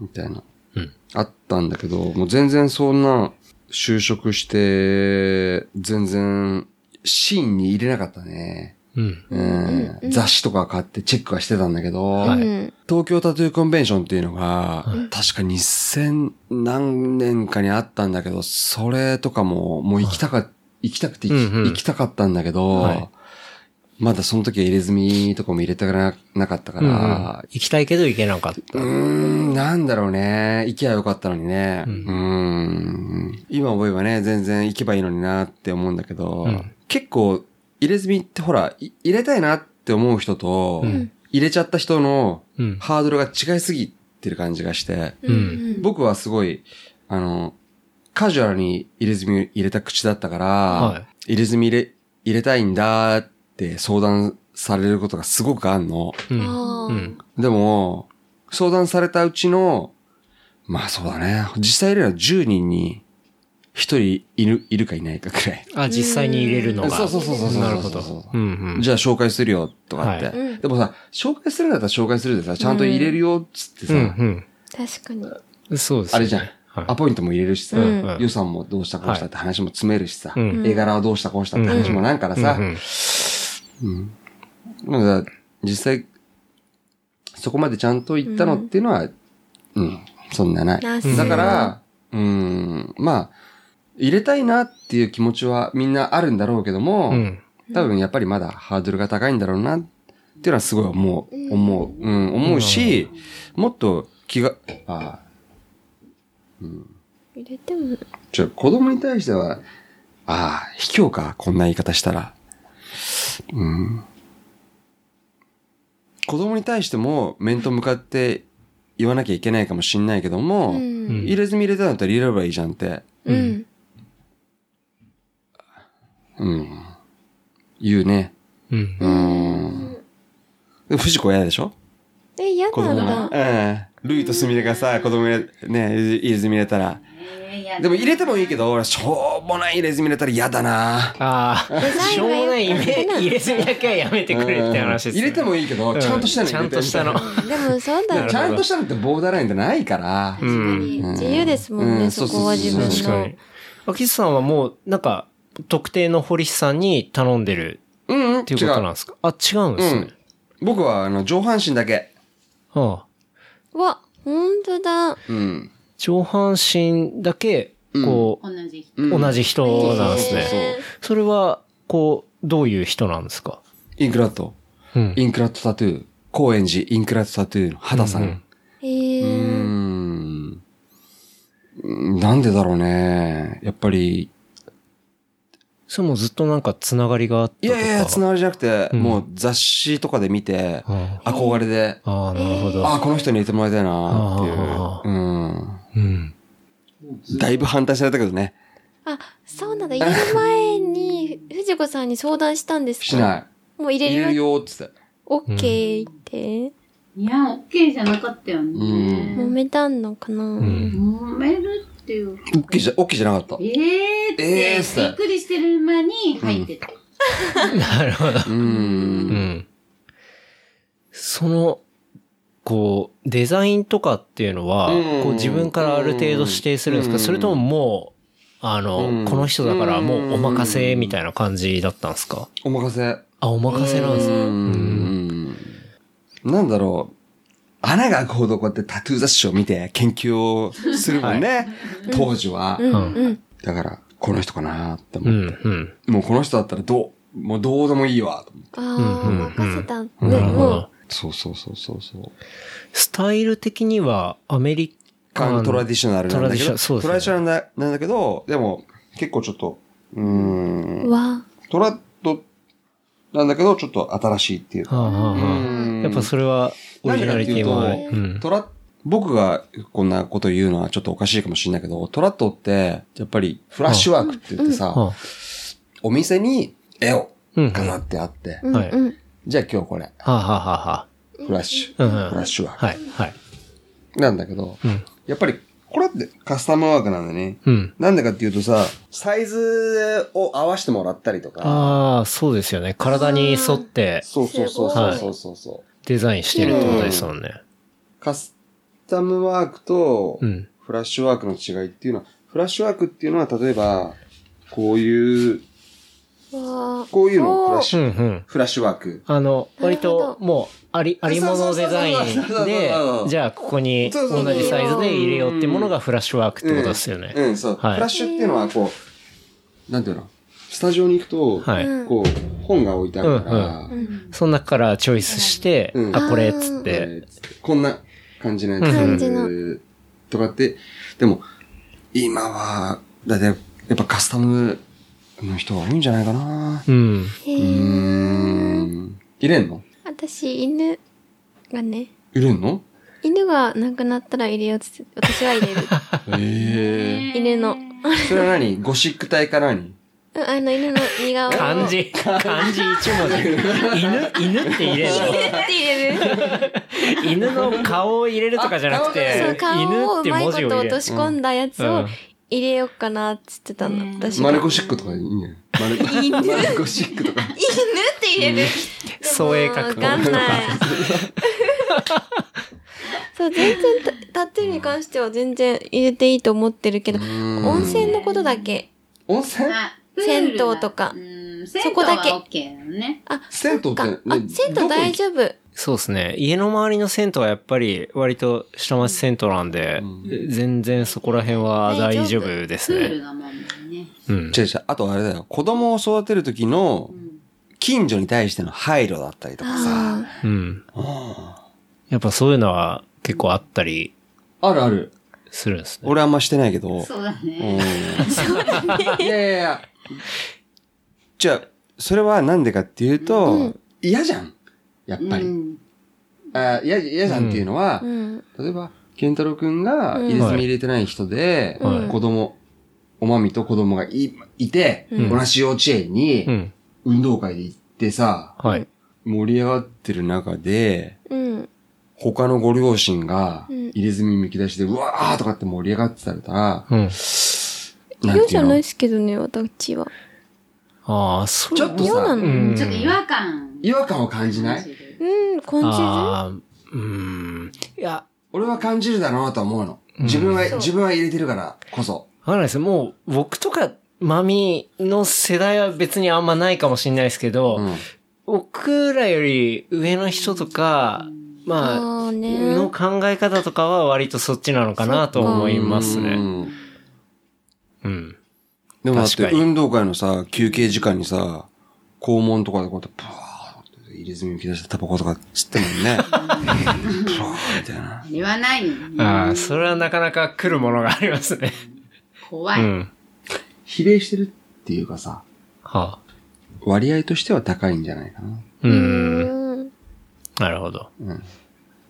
みたいな、うんあったんだけど、もう全然そんな、就職して、全然、シーンに入れなかったね。うん。うん雑誌とか買ってチェックはしてたんだけど、はいうん。東京タトゥーコンベンションっていうのが、確か2000何年かにあったんだけど、それとかも、もう行きたか、行きたくて行き,、うんうん行きたかったんだけど、はいまだその時は入れ墨とかも入れたくななかったかうんうんら、行きたいけど行けなかっうた。ーん、なんだろうね。行きゃよかったのにね。ううんーん。今思えばね、全然行けばいいのになって思うんだけど、うん結構、入れ墨ってほら、い入れたいなって思う人と、ん入れちゃった人のうん。ハードルが違いすぎてる感じがして、うんん。僕はすごい、あの、カジュアルに入れ墨入れた口だったから、は入れ墨入れ、入れたいんだって相談されることがすごくあんの。い。うん。あうーん。でも、相談されたうちの、まあそうだね。実際いるのは10人に1人いる、いるかいないかくらい。あ、実際に入れるのが。そうそうそうそうそう。なるほど。うんうん。じゃあ紹介するよ、とかって。はいうんでもさ、紹介するんだったら紹介するでさ、ちゃんと入れるよ、っつってさ、うん確かに。うん。そうですね。あれじゃん、はいアポイントも入れるしさ、うんうん予算もどうしたこうしたって話も詰めるしさ、うん絵柄はどうしたこうしたって話もなんからさ、うんうんなんか実際、そこまでちゃんと言ったのっていうのは、うん、そんなない。なすだから、うん、まあ、入れたいなっていう気持ちはみんなあるんだろうけども、うん。多分やっぱりまだハードルが高いんだろうなっていうのはすごい思う、思う、うん、思うし、もっと気が、あ入れても、ちょ、子供に対しては、ああ、卑怯か、こんな言い方したら。うん。子供に対しても面と向かって言わなきゃいけないかもしんないけども、うん。入れ墨入れたんだったら入れればいいじゃんって、うん。うん。言うね。うん。うん。で藤子嫌でしょえ、嫌子供なんだ。うん。ルイとすみれがさ、子供入れ、ね、入れ墨入れたら。でも入れてもいいけど、俺、しょうもない入れ墨入れたら嫌だなああ、ザインがしょうもないイメよくない入れ墨だけはやめてくれって話ですね。入れてもいいけど、ちゃんとしたのちゃんとしたの。でもそうだちよ。ゃんとしたのってボーダーラインじゃないから。うん。自由ですもんうね、んそこは自分確かのに。。秋津さんはもう、なんか、特定の堀市さんに頼んでるうん、うん、っていう違ことなんう。ですかあ、違うんでうすんね。。僕は、あの、上半身だけ。はあ。わ、ほんとだ。うん。上半身だけ、こう、同じ人。うん同じ人なんですそうそうね。そうそれは、こう、どういう人なんですかインクラット。うん。インクラットタトゥー。高円寺インクラットタトゥーの肌さん。えうーー。ん。なんでだろうね。やっぱり、それもずっとなんかつながりがあったいとか。やいや、つながりじゃなくて、うんもう雑誌とかで見て、あ憧れで、あああ、なるほど。ああ、この人に入れてもらいたいなっていあう。うん。うん。だいぶ反対されたけどね。あ、そうなんだ。入れる前 に、藤子さんに相談したんですかしない。もう入入れれるるよ。よ、つって。オッケーって。いや、オッケーじゃなかったよう揉ね。めたのかな、うん。 揉めるっていうか。オッケーじゃ、オッケーじゃなかっえーっえてーっ、てびっくりしてる間に入ってた。なるほど。た。うんう。ん。その、こう、デザインとかっていうのは、うんこう自分からある程度指定するんですか、うんそれとももう、あの、うんこの人だからもうお任せうんみたいな感じだったんですかお任せ。あ、お任せなんですうね。ん。なんだろう。穴が開くほどこうやってタトゥー雑誌を見て研究をするもんね。当時は。うんうん。だから、この人かなってう思って、ん、うん。もうこの人だったらどう、もうどうでもいいわ。と思ってああ、任せた。ね、なるほもうど。。そうそうそうそうそう。スタイル的にはアメリカカンントラディショナルなんだトラディけど、ショナルそうですねトラディショナルななんだけど、でも結構ちょっと、うーん、わトラッドなんだけど、ちょっと新しいっていうはか。あはあはあうんやっぱそれはオなんリジでかナってリティもあいうとる。うん。トラ、僕がこんなこと言うのはちょっとおかしいかもしれないけど、トラッドって、やっぱりフラッシュワークって言ってさ、はお店に絵をうん飾ってあって、うんはいうん。じゃあ今日これ、あはあはあはあフラッシうュ、んうんフラッシュワーク、はい、はい。なんだけど、うん。やっぱりこれってカスタムワークなんだね。うん。なんでかっていうとさ、サイズを合わせてもらったりとか、ああ、そうですよね。体に沿ってそうそうそうそうそうそうそう、デザインしてるってことですもんね。カスタムワークとうん。フラッシュワークの違いっていうのは、フラッシュワークっていうのは例えば、こういう、わあ。こういうのをフラッうシん、ュ、うん。フラッシュワーク。あの、なる割ほどともう、あり、ありものデザイそうそうそうそうンそうそうそうでそうそう、じゃあここにそうそそうう同じサイズで入れようってものがフラッシュワークってことですよね。うん、そう。はいフラッシュっていうのはこう、なんていうのスタジオに行くと、はい。うんこう、本が置いてあるから、うんその中からチョイスして、うんあ、これっつっえて。ーつってこんな感じのやつ。感じのとかって、でも、今は、だいたいやっぱカスタムの人が多いんじゃないかな。うん。へうーえ。ん。入れんの私、犬がね、入れんの犬が亡くなったら入れようっつって、私は入れる。ええ犬の、それは何ゴシック体か何うんあの、犬の似顔絵を。漢字、漢字一文字。犬、犬って入れ るって入れる。の犬の顔を入れるとかじゃなくてそう、、犬顔をっうてまい文こと字を入れ落ると。し込んだやつうをん入れようかなっつってたの、うん私が。マ犬ルっゴシックとかいいんじゃないマルマルゴシックとか。て入れる。創鋭わ角とかんない。そう、全然タ、タトゥーに関しては全然入れていいと思ってるけど、うん温泉のことだけ。温泉銭湯とかそそここだだけけ。OK なのね。あ、銭湯ってそかねあ、銭湯大丈夫。そうですね。家の周りの銭湯はやっぱり割と下町銭湯なんで、全然そこら辺は大丈夫ですプールね。がもうね。うん。違う違う。あとあれだよ。子供を育てる時の近所に対しての配慮だったりとかさ。あうん。やっぱそういうのは結構あったりあるある。するんですね。俺あんましてないけど。そうだうんね。 いやいやいや。じゃあ、それはなんでかっていうと、嫌じゃん。やっぱうり。んあ嫌、嫌じゃんっていうのはーう、ん。例えば、健太郎くんが入れ墨入れてない人で、はい子供、おまみと子供がいいて、うん同じ幼稚園うにん。運動会で行ってさ、はい。盛り上がってる中で、うん。他のご両親がうん入れ墨むき出しで、うわーとかって盛り上がってたら、うん。なん嫌ていじうゃないのですけどね、私は。ああ、そう。ちょっと嫌なさ、のうんちょっと違和感。違和感を感じないうん、感ああ、うん。いや、俺は感じるだろうなとは思うの。自分は、自分は入れてるからこそ。わかんないです。もう、僕とか、マミの世代は別にあんまないかもしれないですけど、うん。僕らより上の人とか、じまあ、ああね。の考え方とかは割とそっちなのかなと思いますうね。んうん。でもだっ確てかに運動会のさ、休憩時間にさ、肛門とかでこうやって、ブワーって入れ墨むき出したタバコとか吸ってるも んね。ブワーみたいな。言わないよね。ああ、それはなかなか来るものがありますね。怖うい。ん。比例してるっていうかさ、はあ。割合としては高いんじゃないかな。うう。んん。なるほど。うん。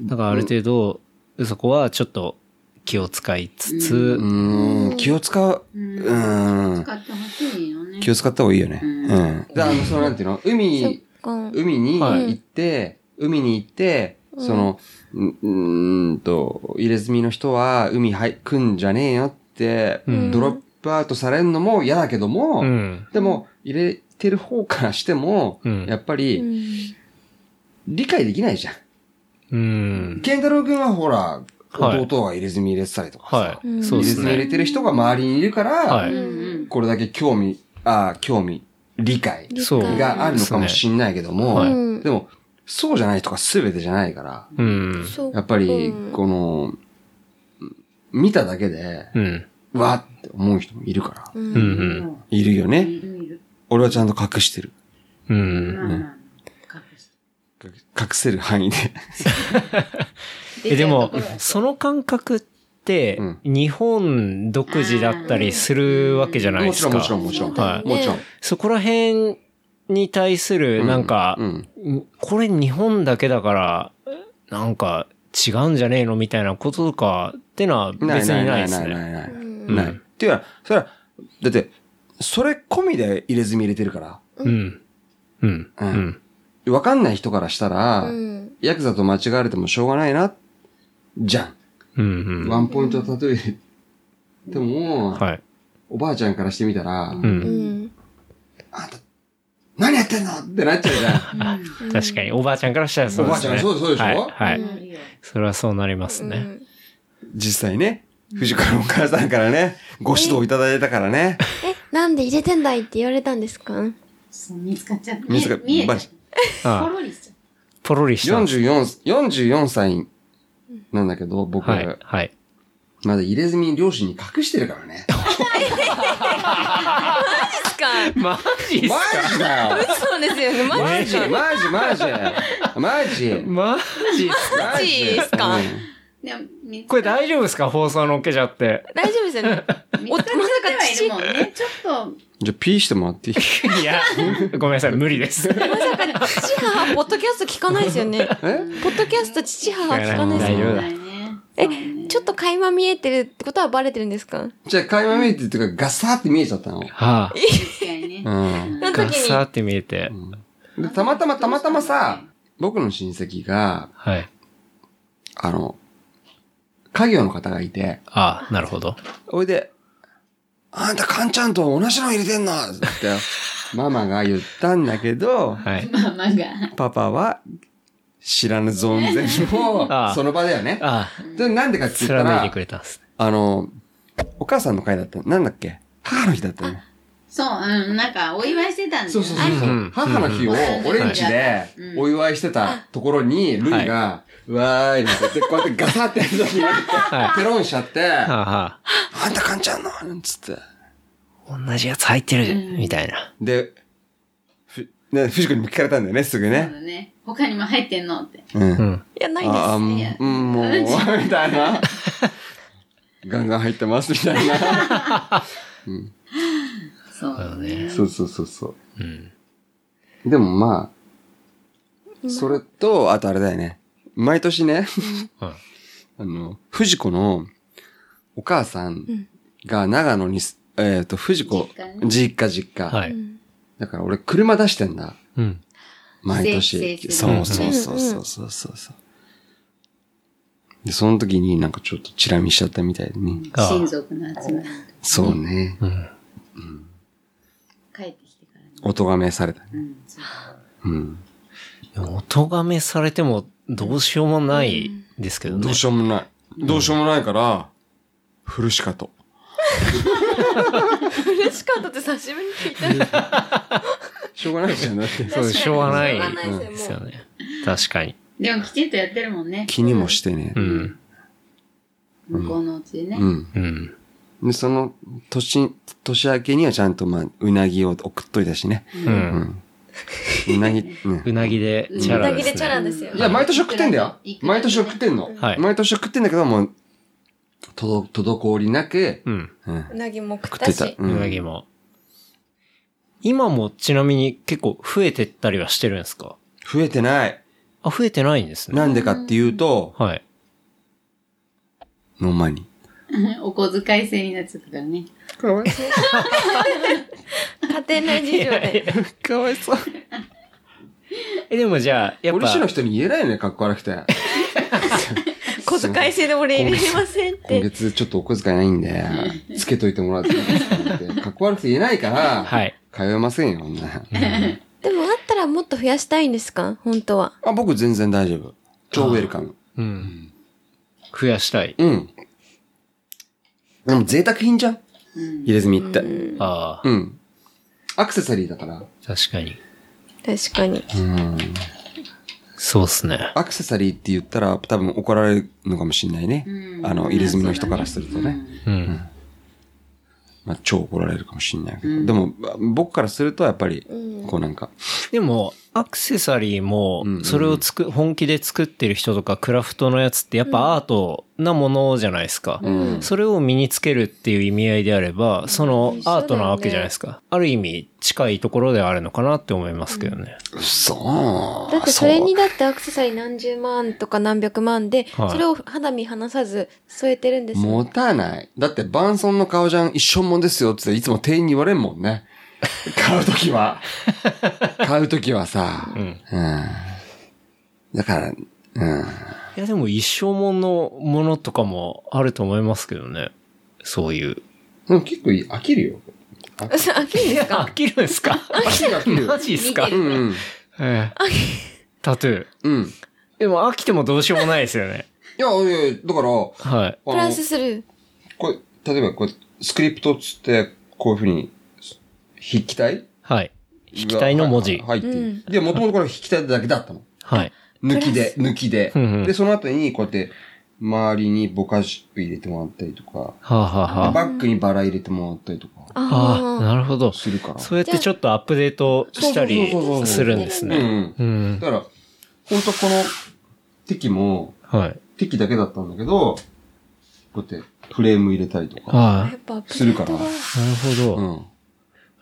だからある程度、そこはちょっと気を使いつつう、ーん、気を使う。うーん。使ってほしいよね。気を使った方がいいよね。うん。で、あの、その、なんていうの海、うん。海にはい行って、海に行って、その、うんうーんと、入れ墨の人は海入っ、来んじゃねえよって、うんドロップアウトされんのも嫌だけども、うん。でも、入れてる方からしても、うんやっぱうり、ん理解できないじゃん。うん。健太郎くんはほら、はい弟が入れ墨入れてたりとかさ、はうい。んそう入でれす墨入れね。てる人が周りにいるから、はういんうん。これだけ興味、ああ、興味、理解理解そうがあるのかもしんないけども、はいうんでも、そうじゃないとか全てじゃないから、うん。そうやっぱりう、んこの、見ただけで、うん。わーって思う人もいるから。ううん。うんん。いるよいね。るいる。俺はちゃんと隠してる。うまん。あまあまあ隠し隠せる範囲で。てえ、でも出てるところ、はその感覚ってうん、日本独自だったりするわけじゃないもでちすろんか。もちろんもちろん。はいもちろん。そこら辺に対する、なんかう、ん。これ日本だけだから、なんか違うんじゃねえのみたいなこととかってのは別にないですね。ないない。うんない。っていうのは、それは、だって、それ込みで入れ墨入れてるから、うん。うん。ううんん。わかんない人からしたら、うんヤクザと間違われてもしょうがないな、じゃん。うん。うワん。ンポイント例えても、はい。おばあちゃんからしてみたら、う。うんん何やってんのってなっちゃうじゃ確かに、おばあちゃんからしたらそん。うでおばあちすゃんね。そうでそうでしょ、はい。はい。なるよそれはそうなりますね。 実際ね、藤川のお母さんからね、ご指導いただいたからね。えなんで入れてんだいって言われたんですかそう見つかっちゃった。見つかえ見えちゃバっレた。ポあロリしちゃっポロリしたんです。 44、44歳なんだけど、僕、はい。はい。まだ入れ墨両親に隠してるからね。マジっす マかジだよそうですよねママジマジマジマジマジっすかマジっすかうんた。でも見つかこれ大丈夫ですか放送乗っけちゃ って。大丈夫ですよね見つかってはいるもんね。ちょっじゃあ、ピーしても らっていいいや、ごめんなさい、無理です。父母ポッドキャスト聞かないですよ ねえポッドキャスト父母聞かないでと、す大よ丈ね夫だそうねえちょっと垣間見えてるってことはバレてるんですかじゃあ、会話見えてるっていうか、ガサーって見えちゃったの。はあ、確かにうね。ん。の時ガサーにって見えて。でたまたま、たまたまさ、僕の親戚が、はい。あの、家業の方がいて、ああ、なるほど。おいで、あんた、カンちゃんと同じの入れてんのって、ママが言ったんだけど、はい。ママが。パパは、知らぬ存ぜあを、あその場だよね。ああ、で、なんでかって言った貫いてらく、れたんですね。あの、お母さんの会だった。なんだっけ母の日だったよね。そう、うん、なんか、お祝いしてたんだよねそうそうそうそう、うん母の日を俺んちでうんお祝いしてたところに、ルイが、わーいなんて言って、こうやってガサってやる時に、ペロンしちゃって、あはあ、はんたかんちゃんのなんつって。あ、同じやつ入ってる、みたいな。で、ふ、ね、藤子にも聞かれたんだよね、すぐそうね。だね。他にも入ってんのって。うん。うあん。いやないあでー、うん、もう、みたいな。ガンガン入ってます、みたいな。そうだね。そうそうそうそう。うん。でもまあ、それと、あとあれだよね。毎年ね、うんあの、藤子のお母さんが長野にす、えっ、と、藤子実家、ね実家、実家。はい。だから俺車出してんだ。うん。毎せい年。せいすそるうそうそうそうそうそうそう。で、その時になんかちょっとチラ見しちゃったみたいでね。あ親族の集まり。そうね。うん。帰ってきてからね。お咎めされたね。うん、そううん。でもお咎めされてもどうしようもないですけどね。どうしようもない。どうしようもないから、古しかと。す 嬉しかったって久しぶりに聞いたしょうがないじゃん、だっ て。そうです、しょうがないしょうがないでですすよよもね。確かに。でも、きちんとやってるもんね。気にもしてねう。ん。向こうのうちでねう。ん。うん。で、その、年、年明けにはちゃんと、まあ、うなぎを送っといたしね。う。うんん。うなぎ、うん。うなぎでチャうラなでぎすね。でチャラですよいや、毎年送ってんだよいく。ら毎年送ってんの。はい毎年送ってんだけど、もう、とど、滞りなく、うん。うん。うなぎも食っ食ったて。したううなぎん。も。今もちなみに結構増えてったりはしてるんですか増えてない。あ、増えてないんですね。なんでかっていうと、はい。のまに。お小遣い制になっちゃったからね。家庭内事情で かわい そう。え、でもじゃあ、やっ俺市のぱ、人に言えないよね、かっこ悪くて。小遣い制で俺入れれませんっ今て月ちょっとお小遣いないんで、つけといてもらっていいですかって。かっこ悪くて言えないから、はい。通えませんよ、こんな。でもあったらもっと増やしたいんですか本当はあ、僕全然大丈夫。超ウェルカム。うん。増やしたい。うん。でも贅沢品じゃん入れ墨って。うん。あアクセサリーだから。あ、確かに。確かにうん。そうっすね。アクセサリーって言ったら多分怒られるのかもしれないね。うんあの、入れ墨の人からするとね。うん。まあ、超怒られるかもしれないけど。うんでも、まあ僕からするとやっぱり、こうなんか、でも、アクセサリーもうんう、んそれをつく、本気で作ってる人とか、クラフトのやつってやっぱアートなものじゃないですか。うんそれを身につけるっていう意味合いであれば、そのアートなわけじゃないですか。ある意味近いところではあるのかなって思いますけどね。うそだってそれにだってアクセサリー何十万とか何百万で、はいそれを肌身離さず添えてるんです よ。持たない。だって、バンソンの顔じゃん、一生もんですよっていつも店員に言われんもんね。買うときは。買うときはさ。うん。だから、うん。いやでも一生ものものとかもあると思いますけどね。そういう。でも結構いい飽きるよ。飽きるんですか飽きるんですか飽きるマジっすかうんうん。ええタトゥー。うん。いでも飽きてもどうしようもないですよね。や、いやいやだから、あの、はい。プラスする。これ、例えばこれ、スクリプトっつって、こういうふうに、筆記体はい。引き体の文字が。入ってうるん。で、もともとこれ筆記体だけだったの。はい。抜きで、抜きでうんうん。で、その後に、こうやって、周りにぼかし入れてもらったりとか、はあ、はあはバッグにバラ入れてもらったりとか、あ、ああ、ああ。なるほど。するから。そうやってちょっとアップデートしたりそうそうそうそうそうするんですうんうね。ん。うんだ。から、本当この、敵も、はい。敵だけだったんだけど、こうやって、フレーム入れたりとか、はやっぱアップするからデートはい。なるほうど。ん。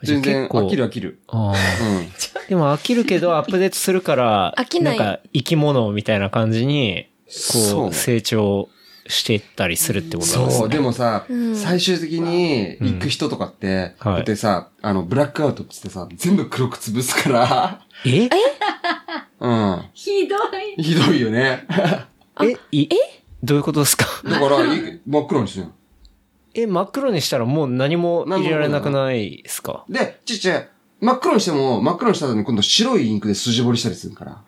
じゃあ全然結構飽きる飽きる。ああ。うん。でも飽きるけどアップデートするから、飽きないんか生き物みたいな感じに、そこうう、成長していったりするってことなんですそう、ね。でもさ、うん最終的に行く人とかって、うんはいだってさ、あの、ブラックアウトっつってさ、全部黒く潰すか えら、ひどい。うん。ひどいよね。ええどういうことですか だから、い真っ黒にするよ。え、真っ黒にしたらもう何も入れられなくないですかで、ちっちゃい、真っ黒にしても、真っ黒にした後に今度白いインクで筋彫りしたりするから。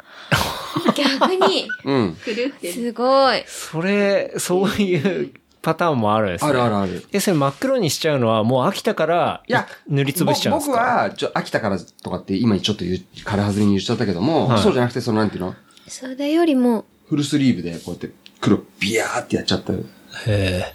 逆に、うん。狂ってる。すごい。それ、そういうパターンもあるんですね。あるあるある。え、それ真っ黒にしちゃうのはもう飽きたから、いや塗りつぶしちゃうんでぼす僕かは、ちょ、飽きたからとかって今ちょっと言う、軽はずみに言っちゃったけども、はいそうじゃなくて、そのなんていうのそれよりも、フルスリーブでこうやって黒ビヤーってやっちゃったよ。へ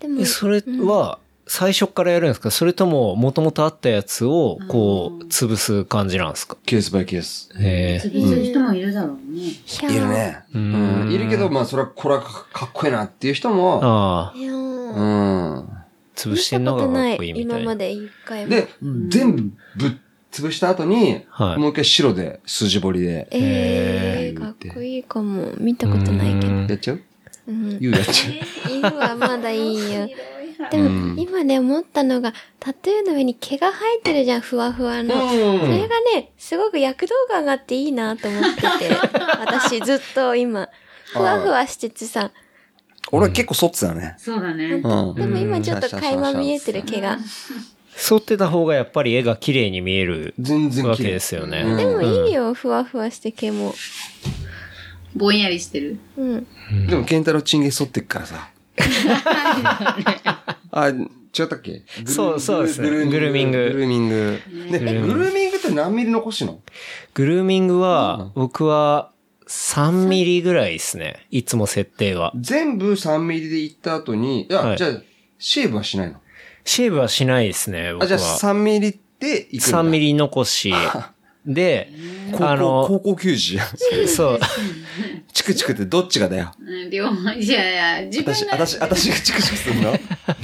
でえもえ、、それは、最初からやるんですかそれとも、もともとあったやつを、こう、潰す感じなんですかケースバイケース。へえ。次する人もいるだろうね。いやいる。ね。ううんん。いるけど、まあ、それは、これはかかっこいいなっていう人も、ああ、いやうーん。潰してんのがかっこいいみ今たいまな。で一回も。で、全部ぶっ潰した後に、はいもう一回白で筋彫りで、ええへー、ーかっこいいかも。見たことないけうど。んやっちゃううん。い言うやっちゃう。いわ、まだいいよ。でうも、ん今ね、思ったのが、タトゥーの上に毛が生えてるじゃん、ふわふわの。それがね、すごく躍動感があっていいなと思ってて、私ずっと今、ふわふわしててさ、 俺は結構そってたね。そうだねう。ん。でも今ちょっと垣間見えてる毛が。剃ってた方がやっぱり絵が綺麗に見える全然わ綺け麗ですよね。うんでもいいよ、ふわふわして毛も。ぼんやりしてる。うん。でも、ケンタロウチンゲ剃ってっか らさ。あ、違ったっけそうそうですねグルーミング。ググルルーミング。ね、えグルーミングって何ミリ残しのグルーミングうはん、僕は3ミリぐらいですね。いつも設定は。全部3ミリで行った後に、いはや、いじゃあ、シェーブはしないのシェーブはしないですね、あ、僕じゃは。あ3ミリで行くんだ。 3ミリ残 し。で、高校あの、高校球児じゃん。そう、 チクチクってどっちがだよ。うん両方、いやいや、自分私、が、私、私がチクチクするの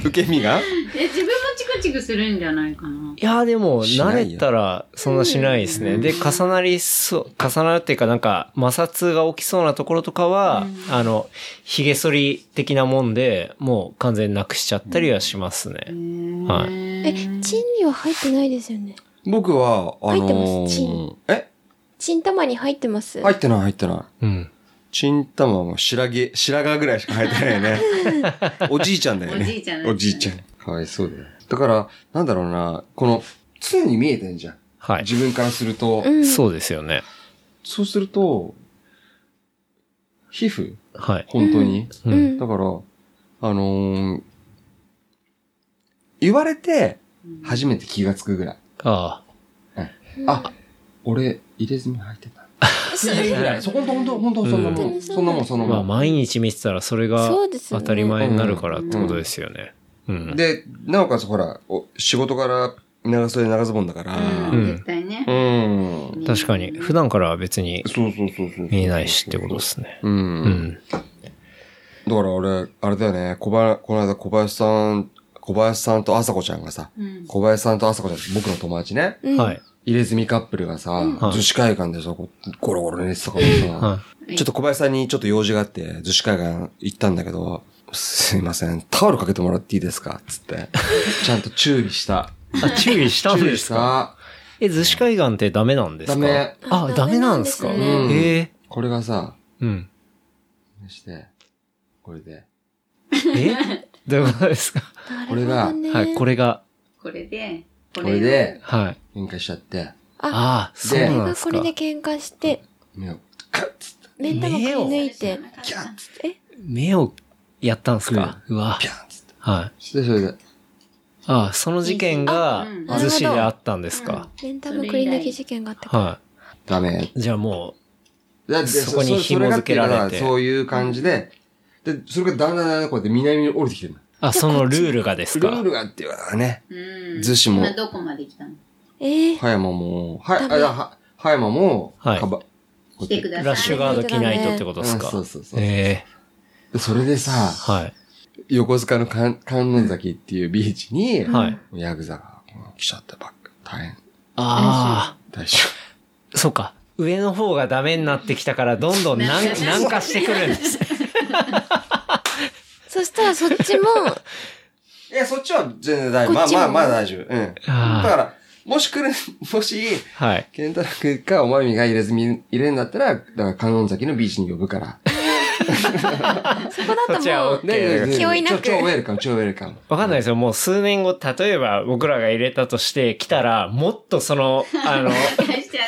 受け身がえ自分もチクチクするんじゃないかな。いや、でも、しな慣いよれたら、そんなしないですね。で、重なりそう、重なるっていうか、なんか、摩擦が起きそうなところとかは、あの、髭剃り的なもんで、もう完全になくしちゃったりはしますね。はい。え、チンには入ってないですよね。僕は、あ入ってますのーチンえチン玉に入ってます入ってない入ってなうい。ん。チンタマも白毛、白髪ぐらいしか生えてないよね。おじいちゃんだよね。おじいちゃんだねおじいちゃん。かわいそうだよ。だから、なんだろうな、この、常に見えてんじゃん。はい。自分からすると。うん。そうですよね。そうすると、皮膚はい。本当に、う。うんんだ。から、あのー言われて、初めて気がつくぐらい。ああ。あ、俺、入れ墨入ってたんだ。 20ぐらい。そこんとほんと、ほんと、そんなもうんん。そんなもん、そんなまあもん。毎日見てたらそれがそうですね当たり前になるからってことですよね。うん。で、なおかつほら、お仕事から長袖長ズボンだから。ううんん絶対ね。ん。確かに。普段からは別にそうそうそうそう。見えないしってことですね。う。うんん。だから俺、あれだよね、小林、この間小林さん、小林さんと朝子ちゃんがさ、うん小林さんと朝子ちゃんって僕の友達ね、うんはい。入れ墨カップルがさ、はい逗子海岸でさ、こうゴロゴロ寝てたからさ、はちょっと小林さんにちょっと用事があって、逗子海岸行ったんだけど、すいません、タオルかけてもらっていいですかつって。ちゃんと注意した。い。あ、注意したん注で意すしかた。え、逗子海岸ってダメなんですかダメ。あ、ダメなんですかダメなんですねえこれがさ、ーうん。こうして、これで。えどういうことですかなるほどねこれがはい、これが、これで、ここれれで、はい。喧嘩しちゃって、あ、ああ、そうこれなんでがすこか。れで喧嘩して、目を、カッつって、目ん玉くり抜いて、キャッえ目をやったんですかうわピ。ャンつって。はい。で、それで、ああ、その事件がうんなるほ逗ど子であったんですか。目ん玉くり抜き事件があったから。はダメ。い。じゃあもだってそこに紐付けられてそそがっていうかそういう感じで、で、それがだんだんだんだんこうやって南に降りてきてるの。う、あ、そのルールがですルかー。ルがっていうかね、うん。逗子も今どこまで来たのえー、葉山も、は、ダあ、メは、葉山も、はいかば、こう来てくだださい。ラッシュガード着ないとってことですか。そうそうそう。えでそれでさえ、はい。横須賀のかん観音崎っていうビーチに、はい。ヤクザが来ちゃったばっか。大変。あ大丈あ、そうか。上の方がダメになってきたから、どんどんなんなんかねなんかしてくるんです。そしたらそっちも、夫。いや、そっちは全然大丈夫。こまっあちもまあまあ大丈夫。うん。だかあら、もし来る、 もし、あ、はい。ケンタラ君かおまみが入れずに入れんだったら、だから観音崎のビーチに呼ぶから。そこそだ っちはとも OK う、で気負いなくちょ超ウェルカム、超ウェルカム。わかんないですよ。もう数年後、例えば僕らが入れたとして来たら、もっとその、あの、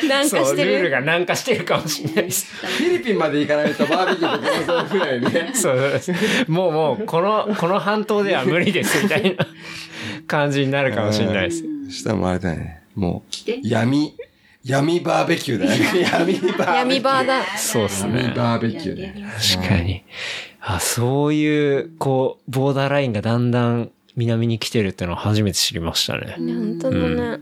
軟化そしう、てルールる。が軟化してるかもしれない です。フィリピンまで行かないとバーベキューとかそうぐらいね。そうです。もうもう、この、この半島では無理です、みたいな感じになるかもしれないです。そしたらもうあれだよね。もう、来て。闇、闇バーベキューだよね。闇バーベ闇キュー。バーだ。そうですね闇バーベキューね。確かに。あ、そういう、こう、ボーダーラインがだんだん南に来てるってのを初めて知りましたね。本当だね。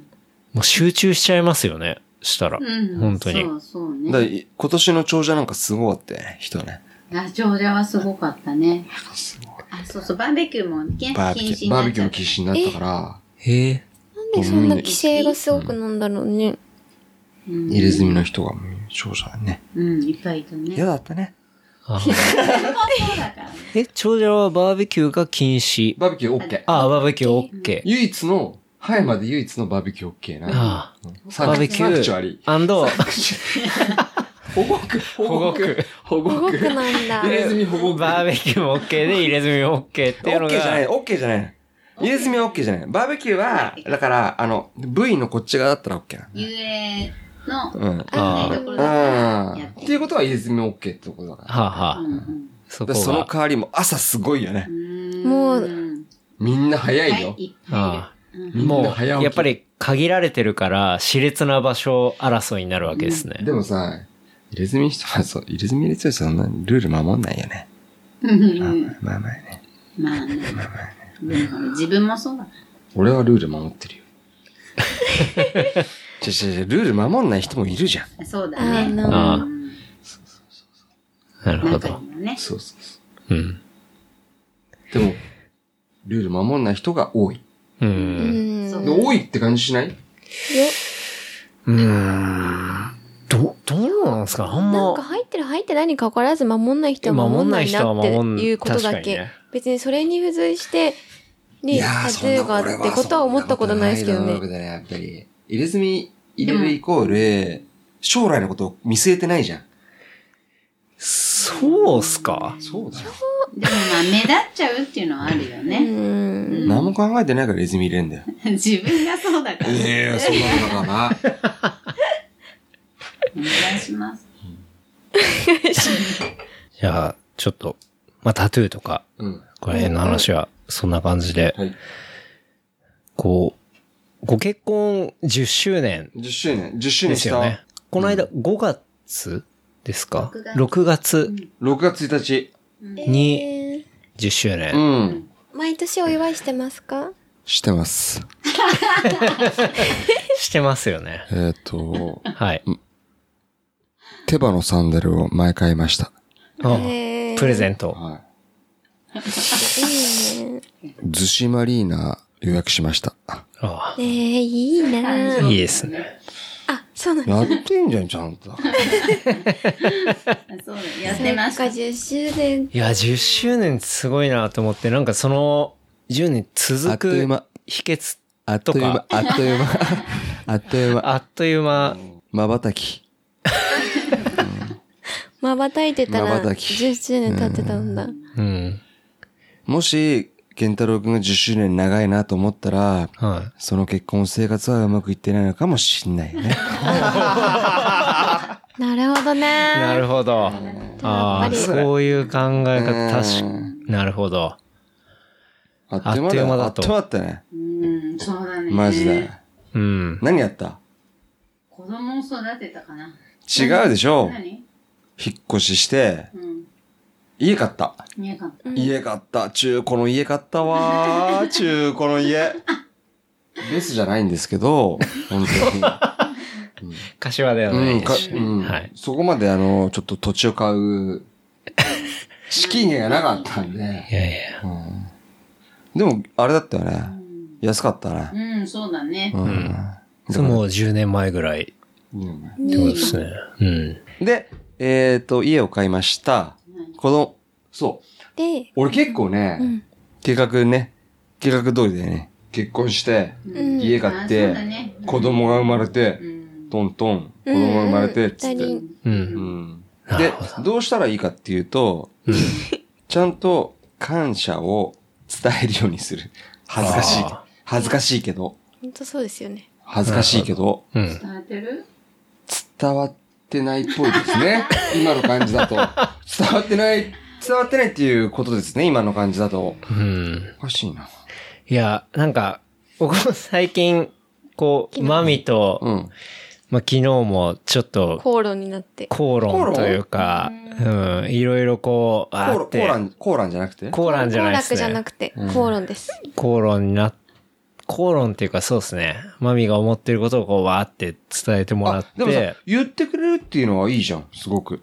もう集中しちゃいますよね、したら。うん。本当にそうそうだからね。い今年の長者なんかすごかったよね、人ね。ラジオではすごかったね。あ、そうそう、バーベキューもね禁バーベキュ止ー、にバーなベっキちューのゃった禁止になったから、へえ。なんでそんな規制がすごくなんだろうね。うん入れ墨の人がもう長者だね。うん、いっぱいいたね。嫌だったね。あそうだからね。え、長者はバーベキューが禁止。バーベキュー OK。あ、バーベキューオッケー。唯一の、葉山で唯一のバーベキュー OK な。ああうんバーベキュサンクチュアーリ。アンド、保護区、保護区、保す護ご区く。なんだ入。れ墨保護区。バーベキューも OK で入れ墨も OK っていうの OK じゃない、が。 OK じゃない。入れ墨は OK じゃない。バーベキューは、だから、あの、部位のこっち側だったら OK な遊泳の、の。うん。ああいーところだからあやあっ。ってていうことは入れ墨 OK ってことだから。はあはうあ。んそこでそのが。代わりも朝すごいよねう。ん。もううん、みんな早いよは。いいっぱあいいる。みんもなう、早起き。やっぱり限られてるから、熾烈な場所争いになるわけですね。でもさ、入れ墨人は、そう、入れ墨入れてる人はそんなルール守んないよね。うん まあうんまあまあね。まあね。でも自分もそうだ。俺はルール守って るよ。ちょちょちょ、ルール守んない人もいるじゃん。そうだあね。の、あうんあ、なるほ中にはど。ね。そうそううそん。う。でも、ルール守んない人が多い。う。うんん。そで多いって感じしないようーん。ど、どうなんですかあんなまんか。入ってる入ってないに関わらず守んない人は守んないなっていうことだ守んない人は守ん確かにけ。ね別にそれに付随して、いね、やータトそんゥなーがあ俺ってことは思ったことないですけどそんなことね。ないだろうけどねやっぱり。入れ墨入れるイコール、将来のことを見据えてないじゃん。そうっすかそうだよ。でもまあ、目立っちゃうっていうのはあるようね。ん。何も考えてないから入れ墨入れんだよ。自分がそうだから。ええ、そんなことだ から。お願いします。じゃあ、ちょっと、まあ、タトゥーとか、うん。これの話は、そんな感じで、はい。こう、ご結婚10周年10周年、10周で年すしよた。ね。この間、5月ですか6月 ?6 月6月1日。にえー10周う年。ん。毎年お祝いしてますかしてます。してますよね。えっ、と、はい。手羽のサンダルを毎回買いました。あへープレゼント。はいいね。い。逗子マリーナ予約しました。あえー、いいなあいいですね。あ、そうなんだ。やってんじゃん、ちゃんと。そうだやってましたなんか10周年。いや、10周年すごいなと思って、なんかその、10年あ続っといくう間秘訣、 あっという間とか、あっという間、あ っという間、あっという間、瞬き。まばたいてたら、瞬き10周年経ってたんだ。うん。もし、健太郎くんが10周年長いなと思ったら、はその結婚生活はうまくいってないのかもしんないよね。なるほどね。い。なるほど。あやっぱあ、りそういう考え方、確うか、なるほど。 あっという間だあっという間だったね。うん、そうだね。マジで。うん。何やった子供を育てたかな。違うでしょ何引っ越しして、うん。家買った。見えかった。家買った。中古の家買ったわー。中古の家。ベスじゃないんですけど、本柏では当に。なういん、かで、すうんはい。そこまであの、ちょっと土地を買う、資金源がなかったんで。いやいや。でも、あれだったよねう。ん安かったね。うん、そうだね。うん。そう、もう10年前ぐらいっうんてことですね。うん。で、えっと、家を買いました。この、そう。で、俺結構ね、うん計画ね、計画通りでね、結婚して、うん家買っあて、そうだね子供が生まれて、うん。トントン、子供が生まれて、つっうんて。うんう。うんんなるでほ、どうしたらいいかっていうと、ちゃんと感謝を伝えるようにする。恥ずかしいあ。恥ずかしいけど、本当そうですよね。恥ずかしいけど、うん。伝えてる伝わってないっぽいで すね。今の感じだと。伝わってない、伝わってないっていうことですね、今の感じだと。うん。おかしいな。いや、なんか、僕も最近、こう、マミと、うん。まあ、昨日もちょっと、口論になって。口論というか、うん、いろいろこう、コあーーラっコてーラ、ン、コーランじゃなくて口論じゃないで口す楽じゃなね。くて、口論です。口論にな、口論っていうかそうですね。マミが思ってることをこう、わーって伝えてもらっでもさて、、言ってくれるっていうのはいいじゃん、すごく。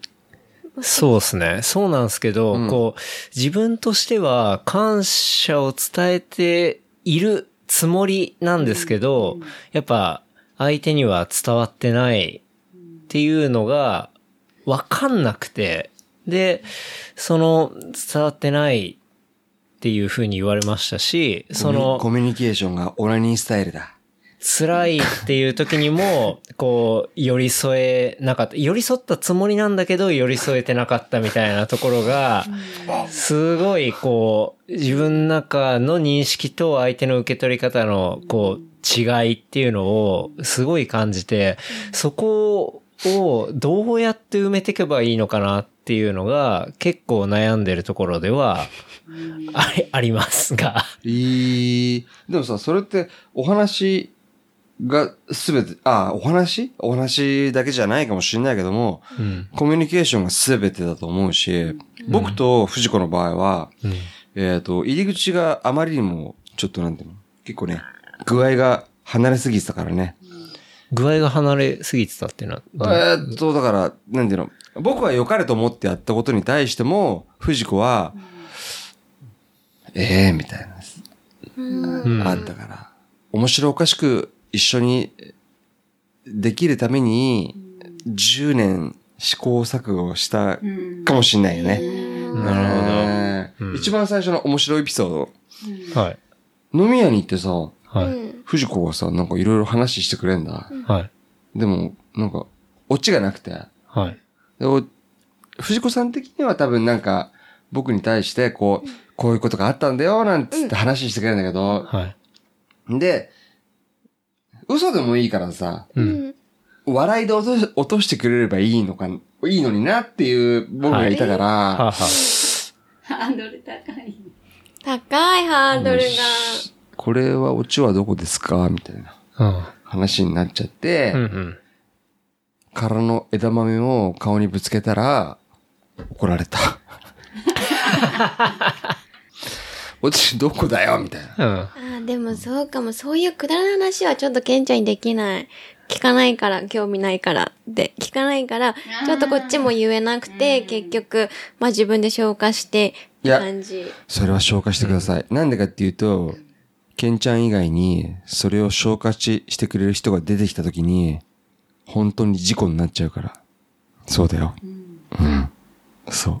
そうですね。そうなんですけど、うんこう、自分としては感謝を伝えているつもりなんですけど、やっぱ相手には伝わってないっていうのがわかんなくて、で、その伝わってないっていうふうに言われましたし、その、コミュニケーションがオナニースタイルだ。辛いっていう時に も、こう、寄り添えなかった。寄り添ったつもりなんだけど、寄り添えてなかったみたいなところが、すごい、こう、自分の中の認識と相手の受け取り方の、こう、違いっていうのを、すごい感じて、そこをどうやって埋めていけばいいのかなっていうのが、結構悩んでるところでは、あり、ありますが。いい。でもさ、それってお話がすべて、あ、お話お話だけじゃないかもしれないけども、うん。コミュニケーションがすべてだと思うし、僕と藤子の場合は、うん。えっ、と、入り口があまりにも、ちょっとなんていうの結構ね、具合が離れすぎてたからね。具合が離れすぎてたっていうのはえどう、ーっと、だから、なんていうの、僕は良かれと思ってやったことに対しても、藤子は、ええみたいな、うんあったから、面白おかしく一緒にできるために、10年試行錯誤したうん。かもしんないよね。なるほうん一番最初の面白いエピソード。はい。飲み屋に行ってさ、うはい。ん。藤子がさ、なんかいろいろ話してくれんだ。はい。でも、なんか、オチがなくて、はい。でお藤子さん的には多分なんか、僕に対して、こう、こういうことがあったんだよ、なんつって話してくれるんだけど、はい。で、嘘でもいいからさ、うん。笑いで落とし落としてくれればいいのか、いいのになっていう僕がいたから、はあはハンドル高い。高いハードルが。これはオチはどこですかみたいなあ。話になっちゃって、うん。うん。からの枝豆を顔にぶつけたら、怒られた。 落ちどこだよみたいな。うん。あでもそうかも。そういうくだらない話はちょっとケンちゃんにできない。聞かないから、興味ないからって。聞かないから、ちょっとこっちも言えなくて、結局、まあ自分で消化して、っていや感じ。それは消化してください。なんでかっていうと、ケンちゃん以外に、それを消化ししてくれる人が出てきたときに、本当に事故になっちゃうから。そうだよ。うん。そう。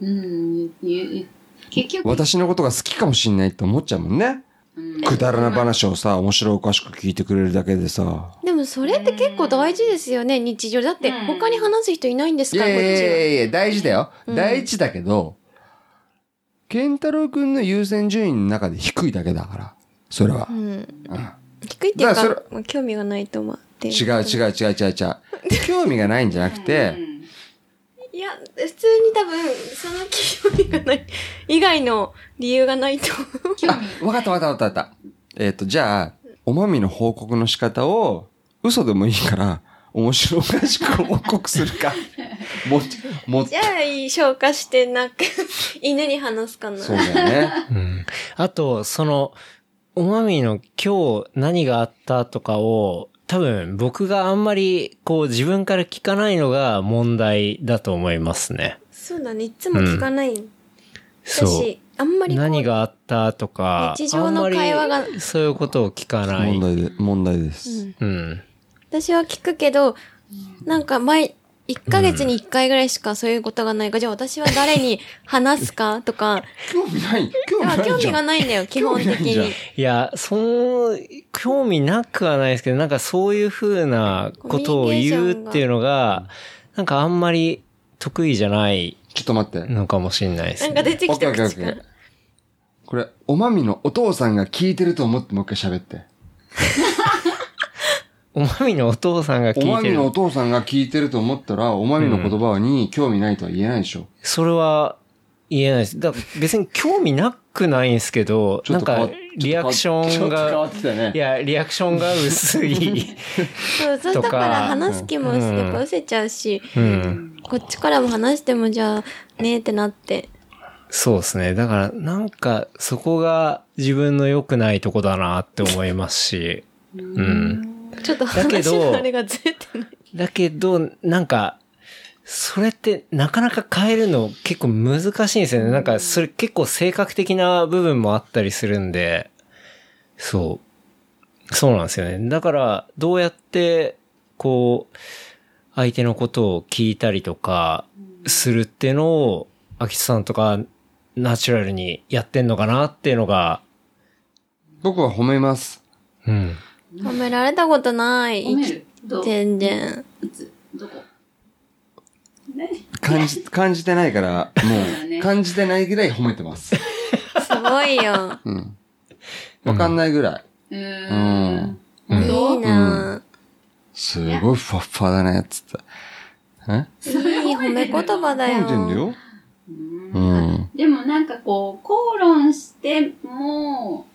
うん、ゆ結局、私のことが好きかもしんないって思っちゃうもんね。くだらな話をさ、面白おかしく聞いてくれるだけでさ。でもそれって結構大事ですよね、日常。だって、他に話す人いないんですいから、やこいっちやいやは。いや、大事だよ。大事だけど、ケンタロウくんの優先順位の中で低いだけだから。それは。うん。低いっていうだか、からそまあ興味がないと思うって違いう違う違う違う違う。興味がないんじゃなくて、いや、普通に多分、その興味がない、以外の理由がないと思う。 あ、わかったわかったわかったわかった。えっ、と、じゃあ、おまみの報告の仕方を、嘘でもいいから、面白おかしく報告するか。も、も、じゃあ、消化して、なんか、犬に話すかな。そうだよね。うん。あと、その、おまみの今日何があったとかを、多分僕があんまりこう自分から聞かないのが問題だと思いますね。そうだね。いつも聞かないよ。だそう。し、あんまりこう何があったとか、日常の会話があんまりそういうことを聞かない。問題で、問題です。うん。私は聞くけど、なんか前、1ヶ月に1回ぐらいしかそういうことがないから、じゃあ私は誰に話すかとか、興味ない、興でも味な興い 味じゃがん。ないんだよ、基本的興味ないじゃんに。いや、その、興味なくはないですけど、なんかそういうふうなことを言うっていうのが、なんかあんまり得意じゃないちょっと待って。のかもしれないですなね。んか出てオきッケーたオッケーオ口ッケからー。。これ、おまみのお父さんが聞いてると思ってもう一回喋って。おまみのお父さんが聞おまいてみのおる。父さんが聞いてると思ったら、おまみの言葉に興味ないとは言えないでしょ。それは言えないです。だ別に興味なくないんですけど、ちょなっんと変わかっリアクションちょっと変わがっ、てたよいね。や、リアクションが薄い。 そう、そうとかだから話す気もうんやっぱ失せちゃうし、うん。こっちからも話してもじゃあ、ねえってなって。そうですね。だから、なんか、そこが自分の良くないとこだなって思いますし。うん。ちょっとだけ話どのあれがずれてない。だけど、なんか、それってなかなか変えるの結構難しいんですよね。なんか、それ結構性格的な部分もあったりするんで、そう。そうなんですよね。だから、どうやって、こう、相手のことを聞いたりとか、するっていうのを、アキトさんとか、ナチュラルにやってんのかなっていうのが、僕は褒めます。うん。褒められたことない。褒めるどう全然。いつどこ感 じ、感じてないから、だもう、ね感じてないぐらい褒めてます。すごいよ。 うん。わかんないぐらい。ううーん。ん。いいなすごいふわっふわだね、つって。えぁ。いい褒め言葉だ褒めてんだよ。よ。うん。でもなんかこう、口論しても、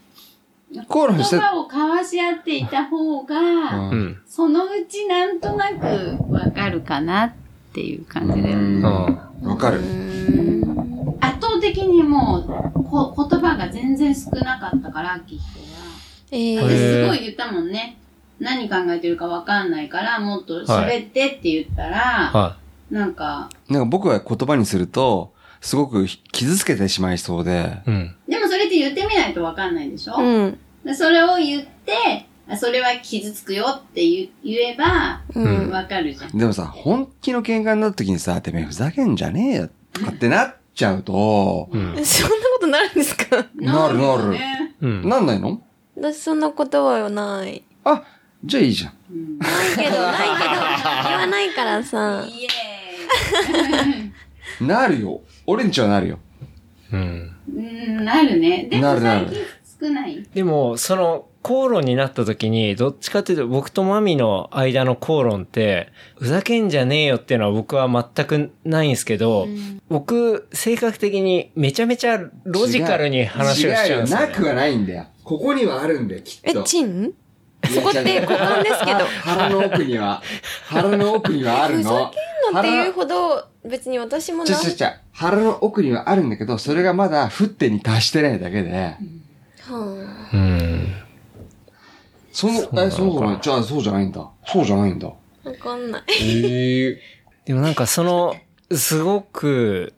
口論して言葉を交わし合っていた方が、うんうん。そのうちなんとなくわかるかなっていう感じだよね。うん。わかる。圧倒的にもうこ言葉が全然少なかったから、きっええとは。私へーすごい言ったもんね。何考えてるかわかんないから、もっと喋ってって言ったら、はなんか、なんか僕は言葉にすると、すごく傷つけてしまいそうで、い。うん。でもそれって言ってみないとわかんないでしょ、うん。でそれを言って、あそれは傷つくよって言言えば、うん。わかるじゃん。でもさ、本気の喧嘩になった時にさ、てめえふざけんじゃねえよ、とかってなっちゃうと、うん。 そんなことなるんですかなるなる。ねうん。なんないの私そんなことはない。あ、じゃあいいじゃん。うん、ないけど、 ないけど、言わないからさ。イエなるよ。俺んちはなるよ。うん。ーイ。うん、なるね。でなもるな最る近少ない。でも、その、口論になった時に、どっちかというと、僕とマミの間の口論って、ふざけんじゃねえよっていうのは僕は全くないんですけど、僕、性格的にめちゃめちゃロジカルに話をしちゃうんですよ、ね。違うよなくはないんだよ。ここにはあるんだよ、きっえ、と。チンそこって股間ですけど。腹の奥には、腹の奥にはあるふざの。けんなっていうほど、別に私もちなょちょちょ、腹の奥にはあるんだけど、それがまだ降ってに達してないだけで、はうん。その、え、そうだね。じゃあそうじゃないんだ。そうじゃないんだ。あ、わかんない。ええでもなんかその、すごく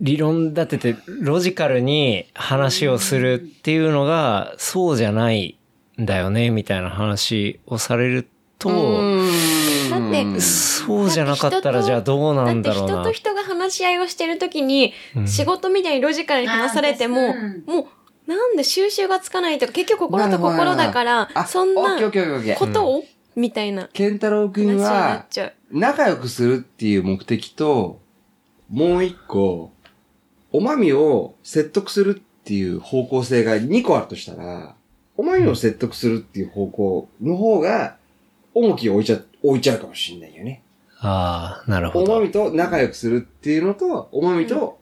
理論立ててロジカルに話をするっていうのがそうじゃないんだよねみたいな話をされると、だってうんそうじゃなかったらじゃあどうなんだろうだなって。人と人が話し合いをしてるときに、うん仕事みたいにロジカルに話されてあも、ー確かにもう、なんで収集がつかないとか、結局心と心だかなるほどなるほどら、あそんオッケーなオッケーオッケーオッケこー。とを、みたいなケンタロウ話に君なっは、ちゃう。仲良くするっていう目的と、もう一個、おまみを説得するっていう方向性が2個あるとしたら、おまみを説得するっていう方向の方が、重きを置いちゃ、置いちゃうかもしれないよね。ああ、なるほおまど。みと仲良くするっていうのと、おまみと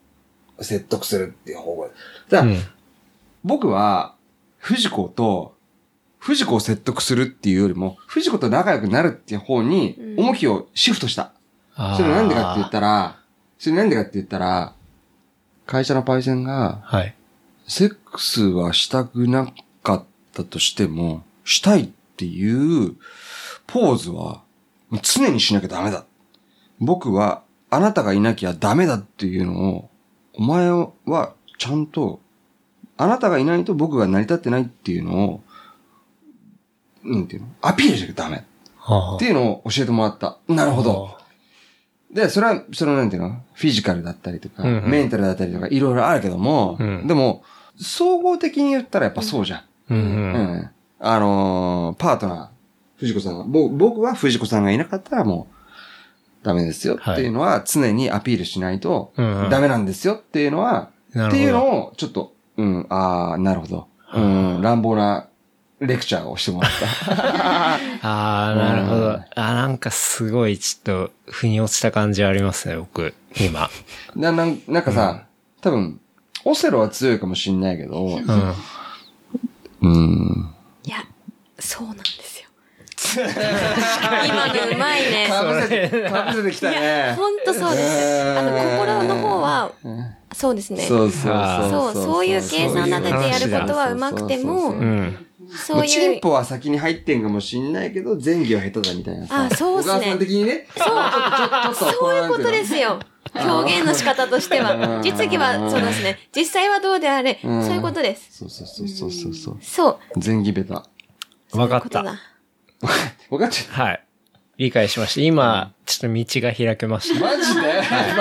説得するっていう方向。だから、うん僕は、藤子と、藤子を説得するっていうよりも、藤子と仲良くなるっていう方にう、ん重きをシフトした。あーそれなんでかって言ったら、それなんでかって言ったら、会社のパイセンが、はい。セックスはしたくなかったとしても、したいっていうポーズは常にしなきゃダメだ。僕はあなたがいなきゃダメだっていうのを、お前はちゃんと、あなたがいないと僕が成り立ってないっていうのを、なんていうのアピールしなきゃダメ。っはあていうのを教えてもらった。なるほど。。で、それは、そのなんていうのフィジカルだったりとか、うんうんメンタルだったりとか、いろいろあるけども、うんでも、総合的に言ったらやっぱそうじゃうん。んうん。うん。あのーパートナー、藤子さんが、ぼ僕は藤子さんがいなかったらもう、ダメですよっていうのは常にアピールしないと、うんうんダメなんですよっていうのは、なるほどっていうのを、ちょっと、うん、ああなるほど。うん、乱暴なレクチャーをしてもらった。 ああ、なるほうんど。あーなんかすごいちょっと腑に落ちた感じありますね、僕、今。な、なんなんかさ、多分、オセロは強いかもしんないけど、うん。うん。いや、そうなんです よ。今のうまいね。かぶせて、かぶせてきたいや、ね。ほんとそうです。あの、心の方は、そうですね。そうそうあーそう。そうそういう計算立ててやることはうまくてもそうそうう。そうんそうチいンう、ポは先に入ってんかもしんないけど、前儀は下手だみたいなさ。あそうっすねお母さん的にね。そう。ちょっと、ちょっと、。そういうことですすよ。表現の仕方としては。実技はそうですね。実際はどうであれ、うんそういうことです。そうそうそうそうそうそう。そう。前儀下手。わかっことた。だ。分かっちゃっ。はい。理解しました。今、ちょっと道が開けましたマジで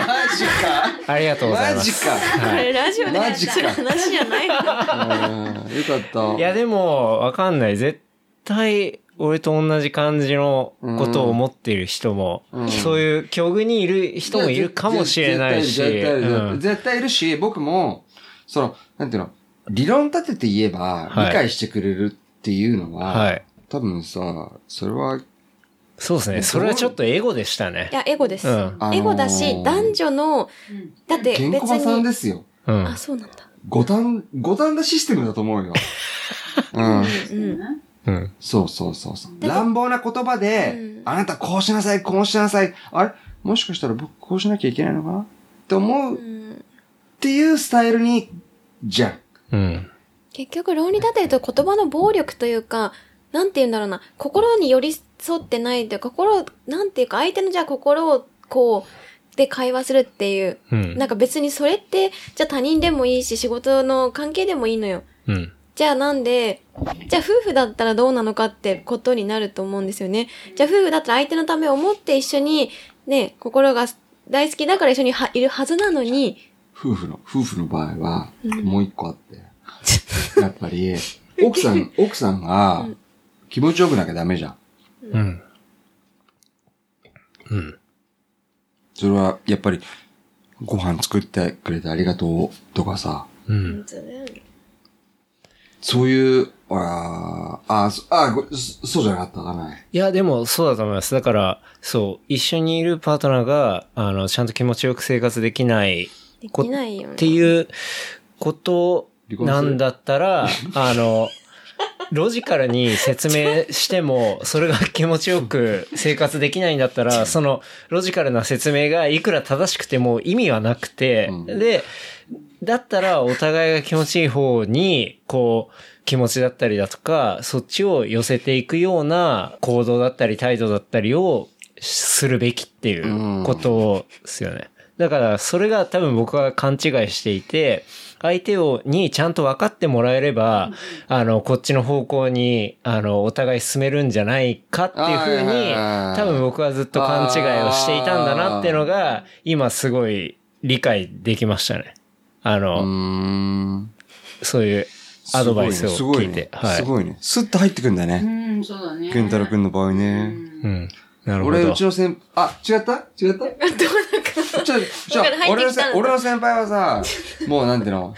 マた。ありがとうございまジす。かこはい。れラジオでやってる話じゃないの。マジか。うんよかった。いや、でも、わかんない。絶対、俺と同じ感じのことを思っている人も、うんそういう境遇にいる人もいるかもしれないし。絶対いる絶対いるうん絶対いるし、僕も、その、なんていうの、理論立てて言えば、はい理解してくれるっていうのは、はい。多分さ、それは、そうですね。それはちょっとエゴでしたねい。や、エゴですう。ん。あのーエゴだし、男女の、だって別ケンコバさんに、ですよ。うん。あ、そうなんだ。五反、五反田システムだ と思うよ。うん。うん。うん。そうそうそうそう。乱暴な言葉で、うんあなたこうしなさい、こうしなさい。あれもしかしたら僕こうしなきゃいけないのかなって思ううっんていうスタイルに、じゃん。うん。結局論理立てると言葉の暴力というか、なんて言うんだろうな、心に寄り添ってないというか、心を、なんていうか、相手のじゃあ心をこう、で会話するっていう。うんなんか別にそれって、じゃあ他人でもいいし、仕事の関係でもいいのよ。うん。じゃあなんで、じゃあ夫婦だったらどうなのかってことになると思うんですよね。じゃあ夫婦だったら相手のためを思って一緒に、ね、心が大好きだから一緒にはいるはずなのに、夫婦の、夫婦の場合は、もう一個あって。やっぱり、奥さん、奥さんが、気持ちよくなきゃダメじゃん。うん。うん。それは、やっぱり、ご飯作ってくれてありがとうとかさ、うん。そういう、あーあー、そあーごそそうじゃなかったかない。いや、でもそうだと思います。だから、そう、一緒にいるパートナーが、あの、ちゃんと気持ちよく生活できないでき ないよっねて。いうことなんだったら、あの、ロジカルに説明しても、それが気持ちよく生活できないんだったら、そのロジカルな説明がいくら正しくても意味はなくて、うんで、だったらお互いが気持ちいい方に、こう、気持ちだったりだとか、そっちを寄せていくような行動だったり態度だったりをするべきっていうことですよね。だから、それが多分僕は勘違いしていて、相手を、にちゃんと分かってもらえれば、あの、こっちの方向に、あの、お互い進めるんじゃないかっていうふうはいはいに、はいはい多分僕はずっと勘違いをしていたんだなっていうのが、今すごい理解できましたね。あうーの、ん。そういうアドバイスをすご聞いいねて。。すごいね。スッと入ってくんだうね。ん、そうだね。健太郎くんの場合ね。ううんん。なるほど。俺、うちの先、あ、違った違ったどうなんか。ちょ、ちょわかんない、俺入ってきのた先の俺の先輩はさ、もうなんていうの、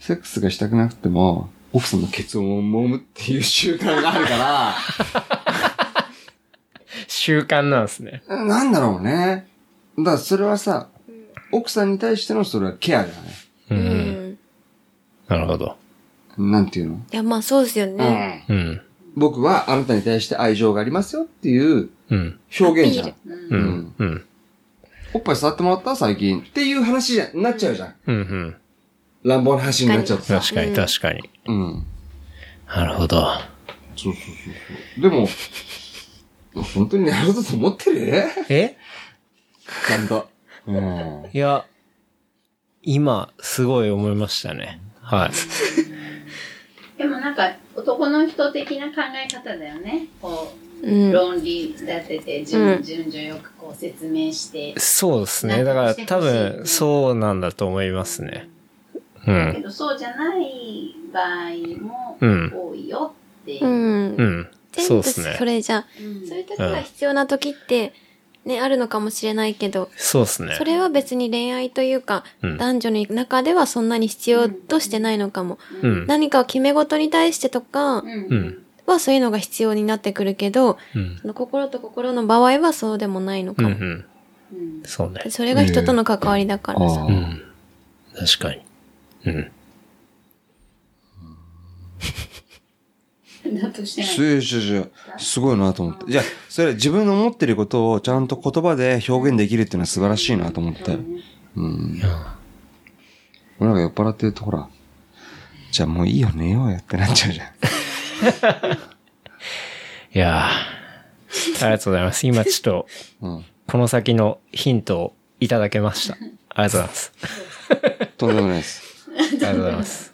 セックスがしたくなくても、奥さんのケツを揉むっていう習慣があるか習慣なんですね。ら、なんだろうね。だからそれはさ、奥さんに対してのそれはケアだよね。うん。うん。なるほど。なんていうのいや、まあそうですようね。ん。うん。僕はあなたに対して愛情がありますよっていううん。表現じゃん。ううんん。うん。おっぱい触ってもらった最近っていう話じゃ、なっちゃうじゃん。うん。うん。乱暴な話になっちゃってさ。確かに、確かに。うん。なるほど。そうそうそうそう。でも、本当になると思ってるえちゃんと。うん。いや、今、すごい思いましたね。はい。でもなんか、男の人的な考え方だよね。こうう、ん。論理立てて、順,、うん順序よくこう説明して。そうですね。だから多分、そうなんだと思いますね。うだけん。ど、そうじゃない場合うんも多いよっていうう。んう。ん。全そう部ですねそ。れじゃ、うんそういう時が必要な時って、ね、あるのかもしれないけど、そうですねそ。れは別に恋愛というか、うん男女の中ではそんなに必要としてないのかも。うん。何かを決め事に対してとかううんん。はそういうのが必要になってくるけど、うん。その心と心の場合はそうでもないのうかん。うも。ん。うんそうね。それが人との関わりだからさ。うあん。確かに。うん。だとしてあ。ないすごいすごいすごいなと思って。じゃあ、それ自分の思ってることをちゃんと言葉で表現できるっていうのは素晴らしいなと思ったよ。うん。俺なんか酔っ払ってるとほら、じゃあもういいよ寝ようよってなっちゃうじゃん。いやーありがとうございます。今ちょっと、うん。この先のヒントをいただけました。ありがとうございます。とんでもないです。ありがとうございます。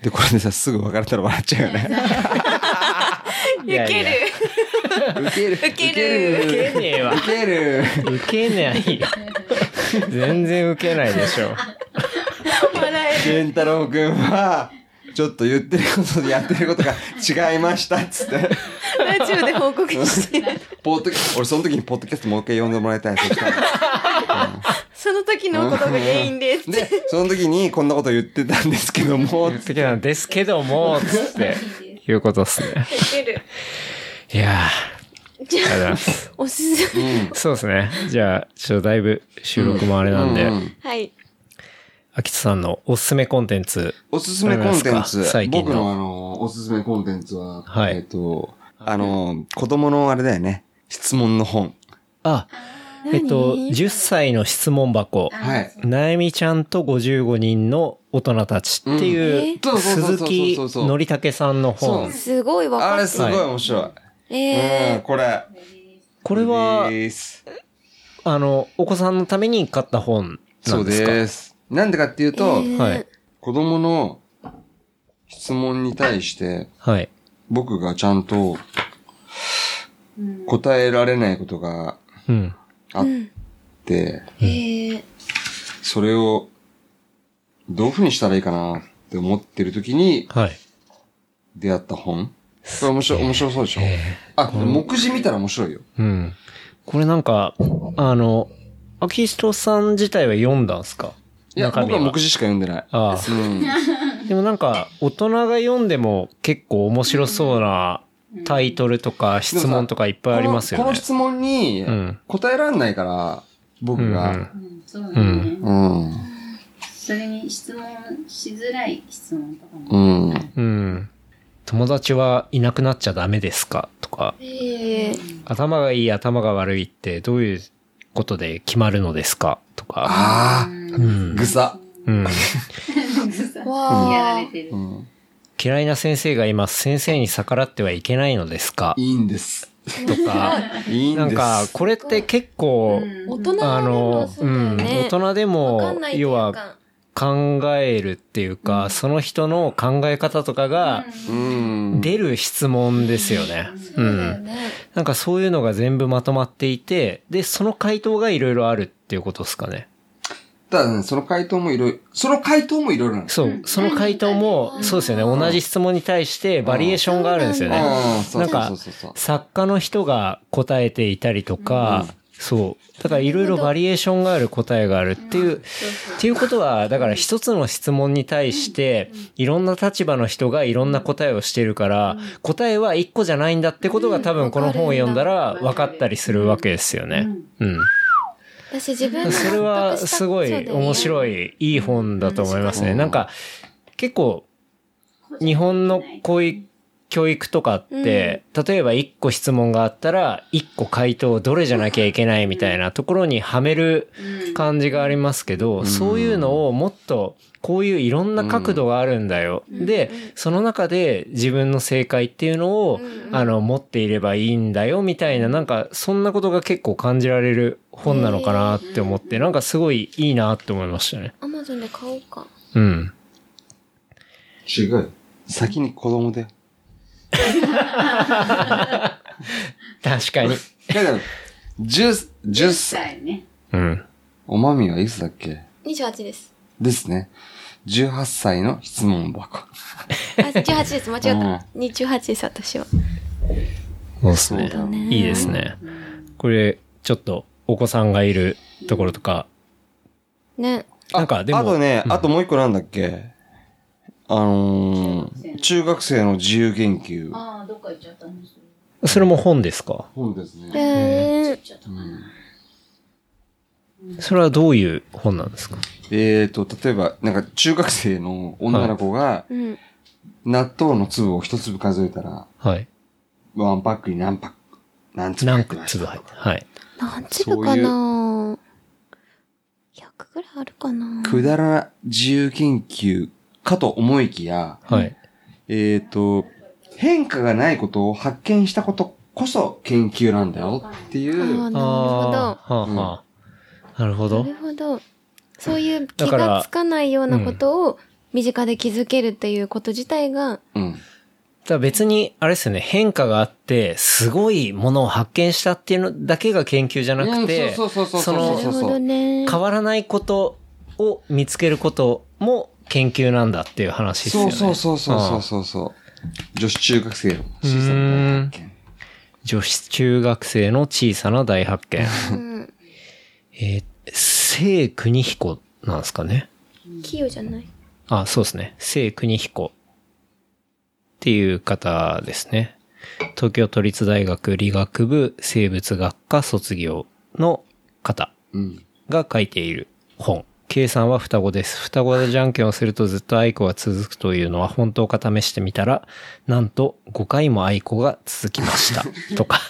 で、これでさ、すぐ別れたら笑っちゃうよね。いやいやウケる。ウケるウケねえわウ。ケる。ウケないよ。 全然ウケないでしょ。健太郎くんは、ちょっと言ってることとやってることが違いましたっつって。ラジオで報告して、ポッドキャ俺その時にポッドキャストもう一回呼んでもらいたい。そしたらその時のことが原因です。で、その時にこんなこと言ってたんですけども、言ってきたんですけども、つって、いうことですね。いやー。ありがとうございます。おすすめ。そうですね。じゃあ、ちょっとだいぶ収録もあれなんで、ううんはい。秋田さんのおすすめコンテンツ。おすすめコンテンありますかツ最、近の僕のあの、おすすめコンテンツは、はいえっと、あの、子供のあれだよね、質問の本。あ、えっと、10歳の質問箱。はい。なえみちゃんと55人の大人たちっていう、うん鈴木えそうそうそうそうそうのりたけさんのそうな本んです。すごいわあかれっすごい面白い。た。うん、えこれ。これは、ですあの、お子さんのために買った本なそんうですかです。なんでかっていうと、ーはい。子供の質問に対して、はい。僕がちゃんとうん答えられないことがうん。あって、えー、それをどういうふうにしたらいいかなって思ってる時にはい。出会った本。これ面白い、面白そうでしょあ、目次見たら面白いよ。うん。これなんか、あの、アキストさん自体は読んだんすかいや、中身僕は目次しか読んでない。ああ。うん。でもなんか、大人が読んでも結構面白そうなタイトルとか質問とかいっぱいありますよこのこねの。質問にうん答えられないから、僕が。うんそうだね。うん。それに質問しづらい質問とかも。うん。うん。友達はいなくなっちゃダメですかとか、ええ頭がいい、頭が悪いってどういうことで決まるのですかとか、あうあ、んぐさ。うんわやらあれ。てるう。ん。嫌いな先生がいます。先生に逆らってはいけないのですかいいんです。とか、いいんでなす。んか、これって結構、うん大人であもの、そううだよん、ね。大人でわかもんない、っていう要はか。考えるっていうか、その人の考え方とかがうん。出る質問ですよね。うそうだよん。ね。なんかそういうのが全部まとまっていて、で、その回答がいろいろあるっていうことですかね。ただね、その回答もいろいろ、その回答もいろいろなんですよ。そう。その回答も、そうですよね。同じ質問に対してバリエーションがあるんですよね。ああ、そうなんかそうそうそう。作家の人が答えていたりとか、そう。だからいろいろバリエーションがある答えがあるっていう、っていうことは、だから一つの質問に対して、いろんな立場の人がいろんな答えをしてるから、答えは一個じゃないんだってことが多分この本を読んだら分かったりするわけですよね。うん。私自分の納得したそれはすごい面い。白い、いい本だと思いますね。うんなんか、結構、日本のこういう教育とかって、例えば1個質問があったら、1個回答どれじゃなきゃいけないみたいなところにはめる感じがありますけど、そういうのをもっと、こういういろんな角度があるんだよ。で、その中で自分の正解っていうのを、あの、持っていればいいんだよみたいな、なんか、そんなことが結構感じられる本なのかなって思って、なんかすごいいいなって思いましたね。アマゾンで買おうか。うん。違う。先に子供で。確かに。だから、10、10歳。10歳ね。うん。おまみはいくつだっけ28です。ですね。18歳の質問箱。あ、18です。間 違った。うに18です、私は。そうですねそうだ。ねいいですね。これ、ちょっと、お子さんがいるところとか、ね。なんか、でも、あとね、うんあともう一個なんだっけあのー、中学生の自由研究。ああ、どっか行っちゃったんですよ。それも本ですか本ですえー、ね。行っちゃったかな。それはどういう本なんですかえーと、例えば、なんか中学生の女の子が、うん。納豆の粒を一粒数えたら、はい。ワンパックに何パック、何粒入何ってました粒入ってはい。何粒かな百100ぐらいあるかなくだらな自由研究かと思いきや、はい。えーと、変化がないことを発見したことこそ研究なんだよっていあうー、なあーはあはあなるほるほど。どな。るほど。そういう気だからがつかないようなことを身近で気づけるっていうこと自体が、うん。ただ別に、あれですよね、変化があって、すごいものを発見したっていうのだけが研究じゃなくうんて、そうそうそうそうのなるほどね。変わらないことを見つけることも研究なんだっていう話ですよそうね。そうそうそうそんうそうそう。女子中学生の小さな発見。女子中学生の小さな大発見。うん。えー、聖国彦なんですかね。器用じゃない。あ、そうですね。聖国彦っていう方ですね。東京都立大学理学部生物学科卒業の方うん。が書いている本。K さんは双子です。双子でじゃんけんをするとずっと愛子が続くというのは本当か試してみたら、なんと5回も愛子が続きました。 とか、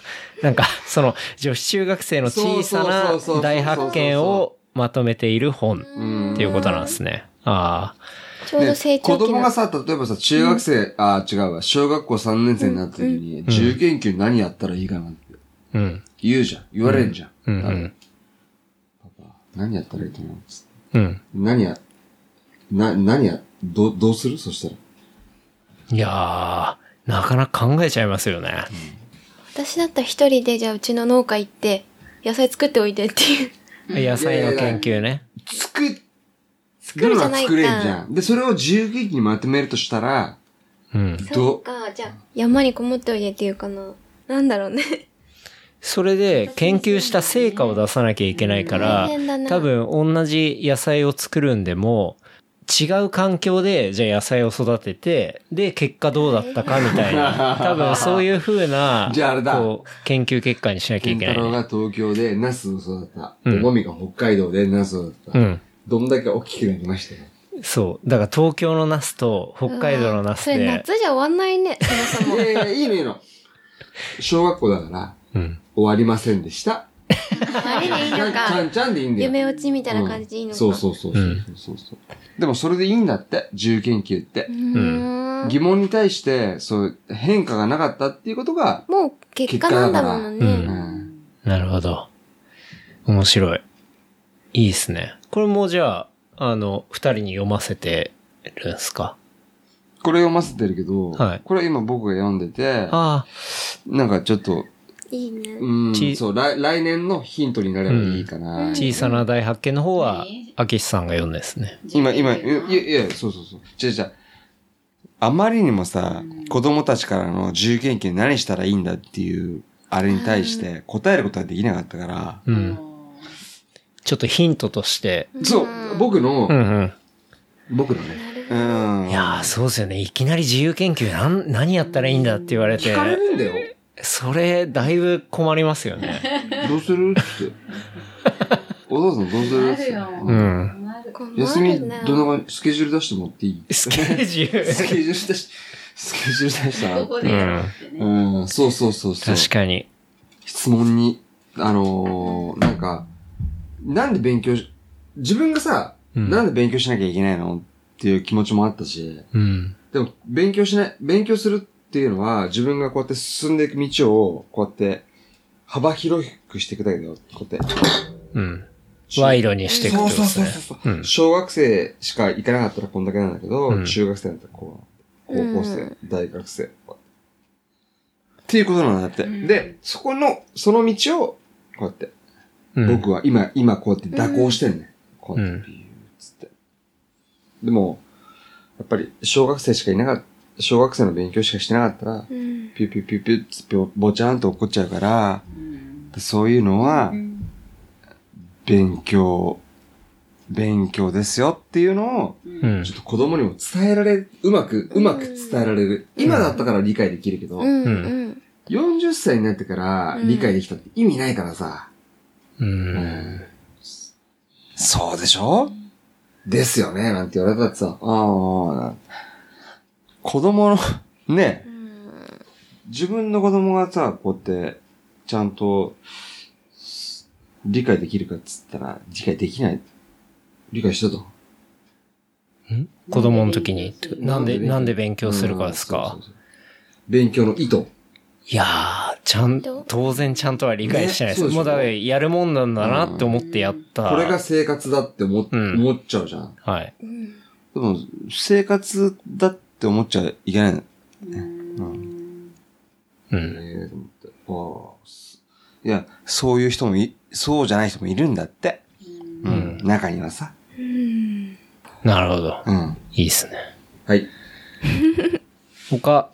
なんか、その女子中学生の小さそうそうそうそうそうな大発見をまとめている本うんっていうことなんですね。ああ。ちょうど成長ね子期供がの。さ、例えばさ、中学生、あ違うわ、小学校3年生になった時に、自由研究何やったらいいかなってうん。言うじゃん。言われんじゃん。うんあれパパ何やったらいいと思うつってうん。何や、な、何や、ど、どうするそしたら。いやー、なかなか考えちゃいますよね。私だったら一人で、じゃあうちの農家行って、野菜作っておいてっていう。野菜の研究ね。作っ、作るじゃないか作れんじゃん。で、それを自由研究にまとめるとしたら、うん。そどう、か、じゃあ、山にこもっておいでっていうかな。なんだろうね。それで研究した成果を出さなきゃいけないから大変だ、な多分同じ野菜を作るんでも、違う環境で、じゃあ野菜を育てて、で、結果どうだったかみたい な。多分そういう風な、じゃああれだこう、研究結果にしなきゃ健いけ太ない郎ね。が東京でナスを育てた。うんおもみが北海道でナスを育てうた。ん。どんだけ大きくなりましたよ。そう。だから東京のナスと北海道のナスそれで、夏じゃ終わんないね、そもそいも。やいや、いいのいいの。小学校だから、うん。終わりませんでした。あれでいいちゃのんちゃか ん。ちゃんでいいんだよ。夢落ちみたいな感じでいいのか。そうそうそうそうそうそう、でもそれでいいんだって、自由研究ってう。ーん。疑問に対して、そう、変化がなかったっていうことが、もう結果なんだもんね。結果だうかん。なるほど。面白い。いいですね。これもじゃあ、あの、二人に読ませてるんすかこれ読ませてるけど、はいこれ今僕が読んでて、あなんかちょっと、いいね。うん、ちそう来、来年のヒントになればいいかな。うんあ、小さな大発見の方はうん、あきしさんが読んでですね。今、今、いや、いや、そうそうそう。じゃじゃあまりにもさ、子供たちからの自由研究何したらいいんだっていう、あれに対して答えることはできなかったから、うん。ちょっとヒントとして。そう、僕のう、んうん。僕のね、うん。いやー、そうですよね。いきなり自由研究なん、何やったらいいんだって言われて聞、かれるんだよ。それ、だいぶ困りますよ ね。どうするって。お父さんどうするなっるてよ。。うん。なる。困るな休み、どんな感じ、スケジュール出してもらっていいスケジュスーケジュール出し、スケジュール出したこら。こでやるってね。うん、そうそうそうそう。確かに。質問に、あのー、なんか、なんで勉強し、自分がさ、うんなんで勉強しなきゃいけないのっていう気持ちもあったし、うん。でも勉強しない、勉強するっていうのは自分がこうやって進んでいく道を、こうやって幅広くしていくだけだよ。こうやって。うん。賄賂にしていくってことですね。そうそうそうそう、うん小学生しか行かなかったらこんだけなんだけど、うん中学生だったらこう、うん高校生、大学生、っていうことなんだって。うんで、そこの、その道を、こうやって、うん僕は今、今こうやって蛇行してんね。こうやって、つって。でも、やっぱり、小学生しかいなかった、小学生の勉強しかしてなかったら、うん。ピュピュピュピュつってぼちゃんと落っこっちゃうから、うんそういうのはう、ん勉強、勉強ですよっていうのを、ううんんちょっと子供にも伝えられ、うまく、ううんまく伝えられる。今だったから理解できるけど、うん。う。うん40歳になってから理解できたって意味ないからさ。うん。そうでしょですよね、なんて言われたってさ、ああなん、子供の、ね、うん自分の子供がさ、こうやって、ちゃんと、理解できるかっつったら、理解できない。理解したと。子供の時に、なんで、なんで勉強するかうんですかそうそうそう勉強の意図。いやー、ちゃん、当然ちゃんとは理解してないです。ねそもううでしょだからやるもんなんだなって思ってやった。これが生活だって思っうん思っちゃうじゃん。はい。うん。でも、生活だって思っちゃいけないの。うん。ええと思って。ああす。いや、そういう人もい、そうじゃない人もいるんだって。うん。中にはさ。うん。なるほど。うん。いいっすね。はい。他、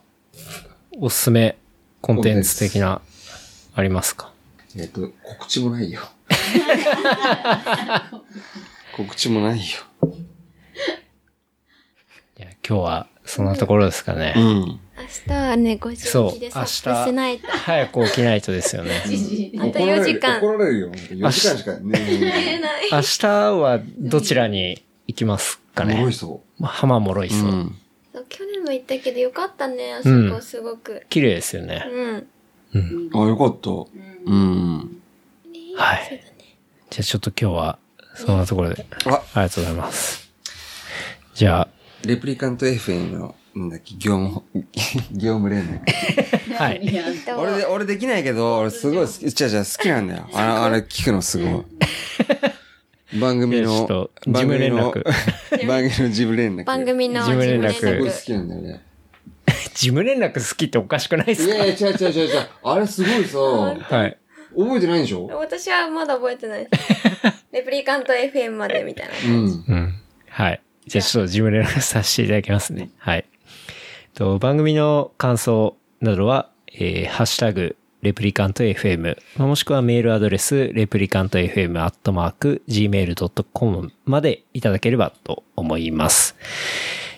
おすすめコンテンツ的な、ありますかえっと、告知もないよ。告知もないよ。いや、今日はそんなところですかね。うん。明日はね、5時起きでそうサ明日ップしないと。早く起きないとですよね。あと4時間怒。られるよ。4時間しか ね。ない。明日はどちらに行きますかすごねい。そ。まあ浜もろいうそう。ん。そう去年も行ったけどよかったね、あそこすごく。綺麗ですよね。うん。あ、よかった。うん。はい。じゃあちょっと今日は、そんなところで。あ、ありがとうございます。じゃレプリカント FM の、なんだっけ、業務、 業務連絡。あ、はい。いやえっと俺で、俺できないけど、俺すごい好き、じゃじゃ好きなんだよ。あの、あれ聞くのすごい。番組ちょのっと、事番務組連の絡、番組のジブ連絡。番組の事務連絡事す務ごい連好きなんだよね。事務連絡好きっておかしくないでいすかやいや、違う違う違う違う。あれすごいさ、はい。覚えてないんでしょ私はまだ覚えてない。レプリカント FM までみたいな。うん。うん。はい。じゃあちょっと事務連絡させていただきますね。はい。と番組の感想などは、えー、ハッシュタグ、レプリカント FM、まあもしくはメールアドレス、レプリカント FM アットマーク、gmail.com までいただければと思います。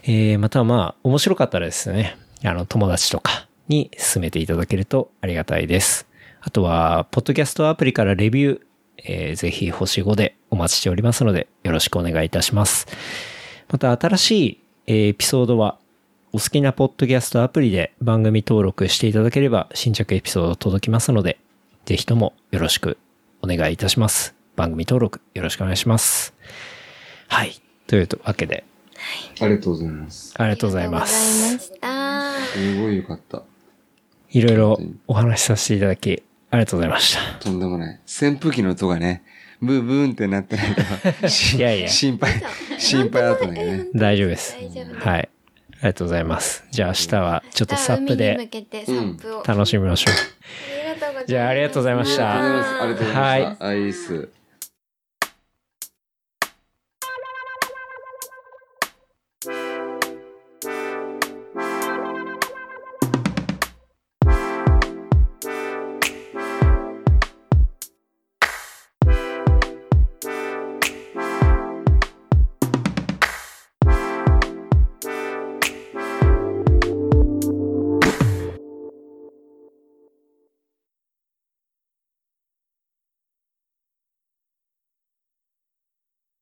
えー、またはまあ、面白かったらですね、あの、友達とかに勧めていただけるとありがたいです。あとは、ポッドキャストアプリからレビュー、えーぜひ星5でお待ちしておりますので、よろしくお願いいたします。また新しいえーエピソードは、お好きなポッドキャストアプリで番組登録していただければ新着エピソード届きますので、ぜひともよろしくお願いいたします。番組登録よろしくお願いします。はい。というわけで、ありがとうございます。ありがとうございまありがとうございすま。した。すごいよかった。いろいろお話しさせていただき、ありがとうございました。とんでもない。扇風機の音がね、ブーブーンってなってないから、し いやいや心配、心配だったんだけどね。大丈夫です。大丈夫ですはい。ありがとうございます。じゃあ明日はちょっとサップ海に向でけてサップを。あ楽しみましょう。りがとうございます。じゃあありがとうございましたありがとうございます。ありがとうございました。アイス。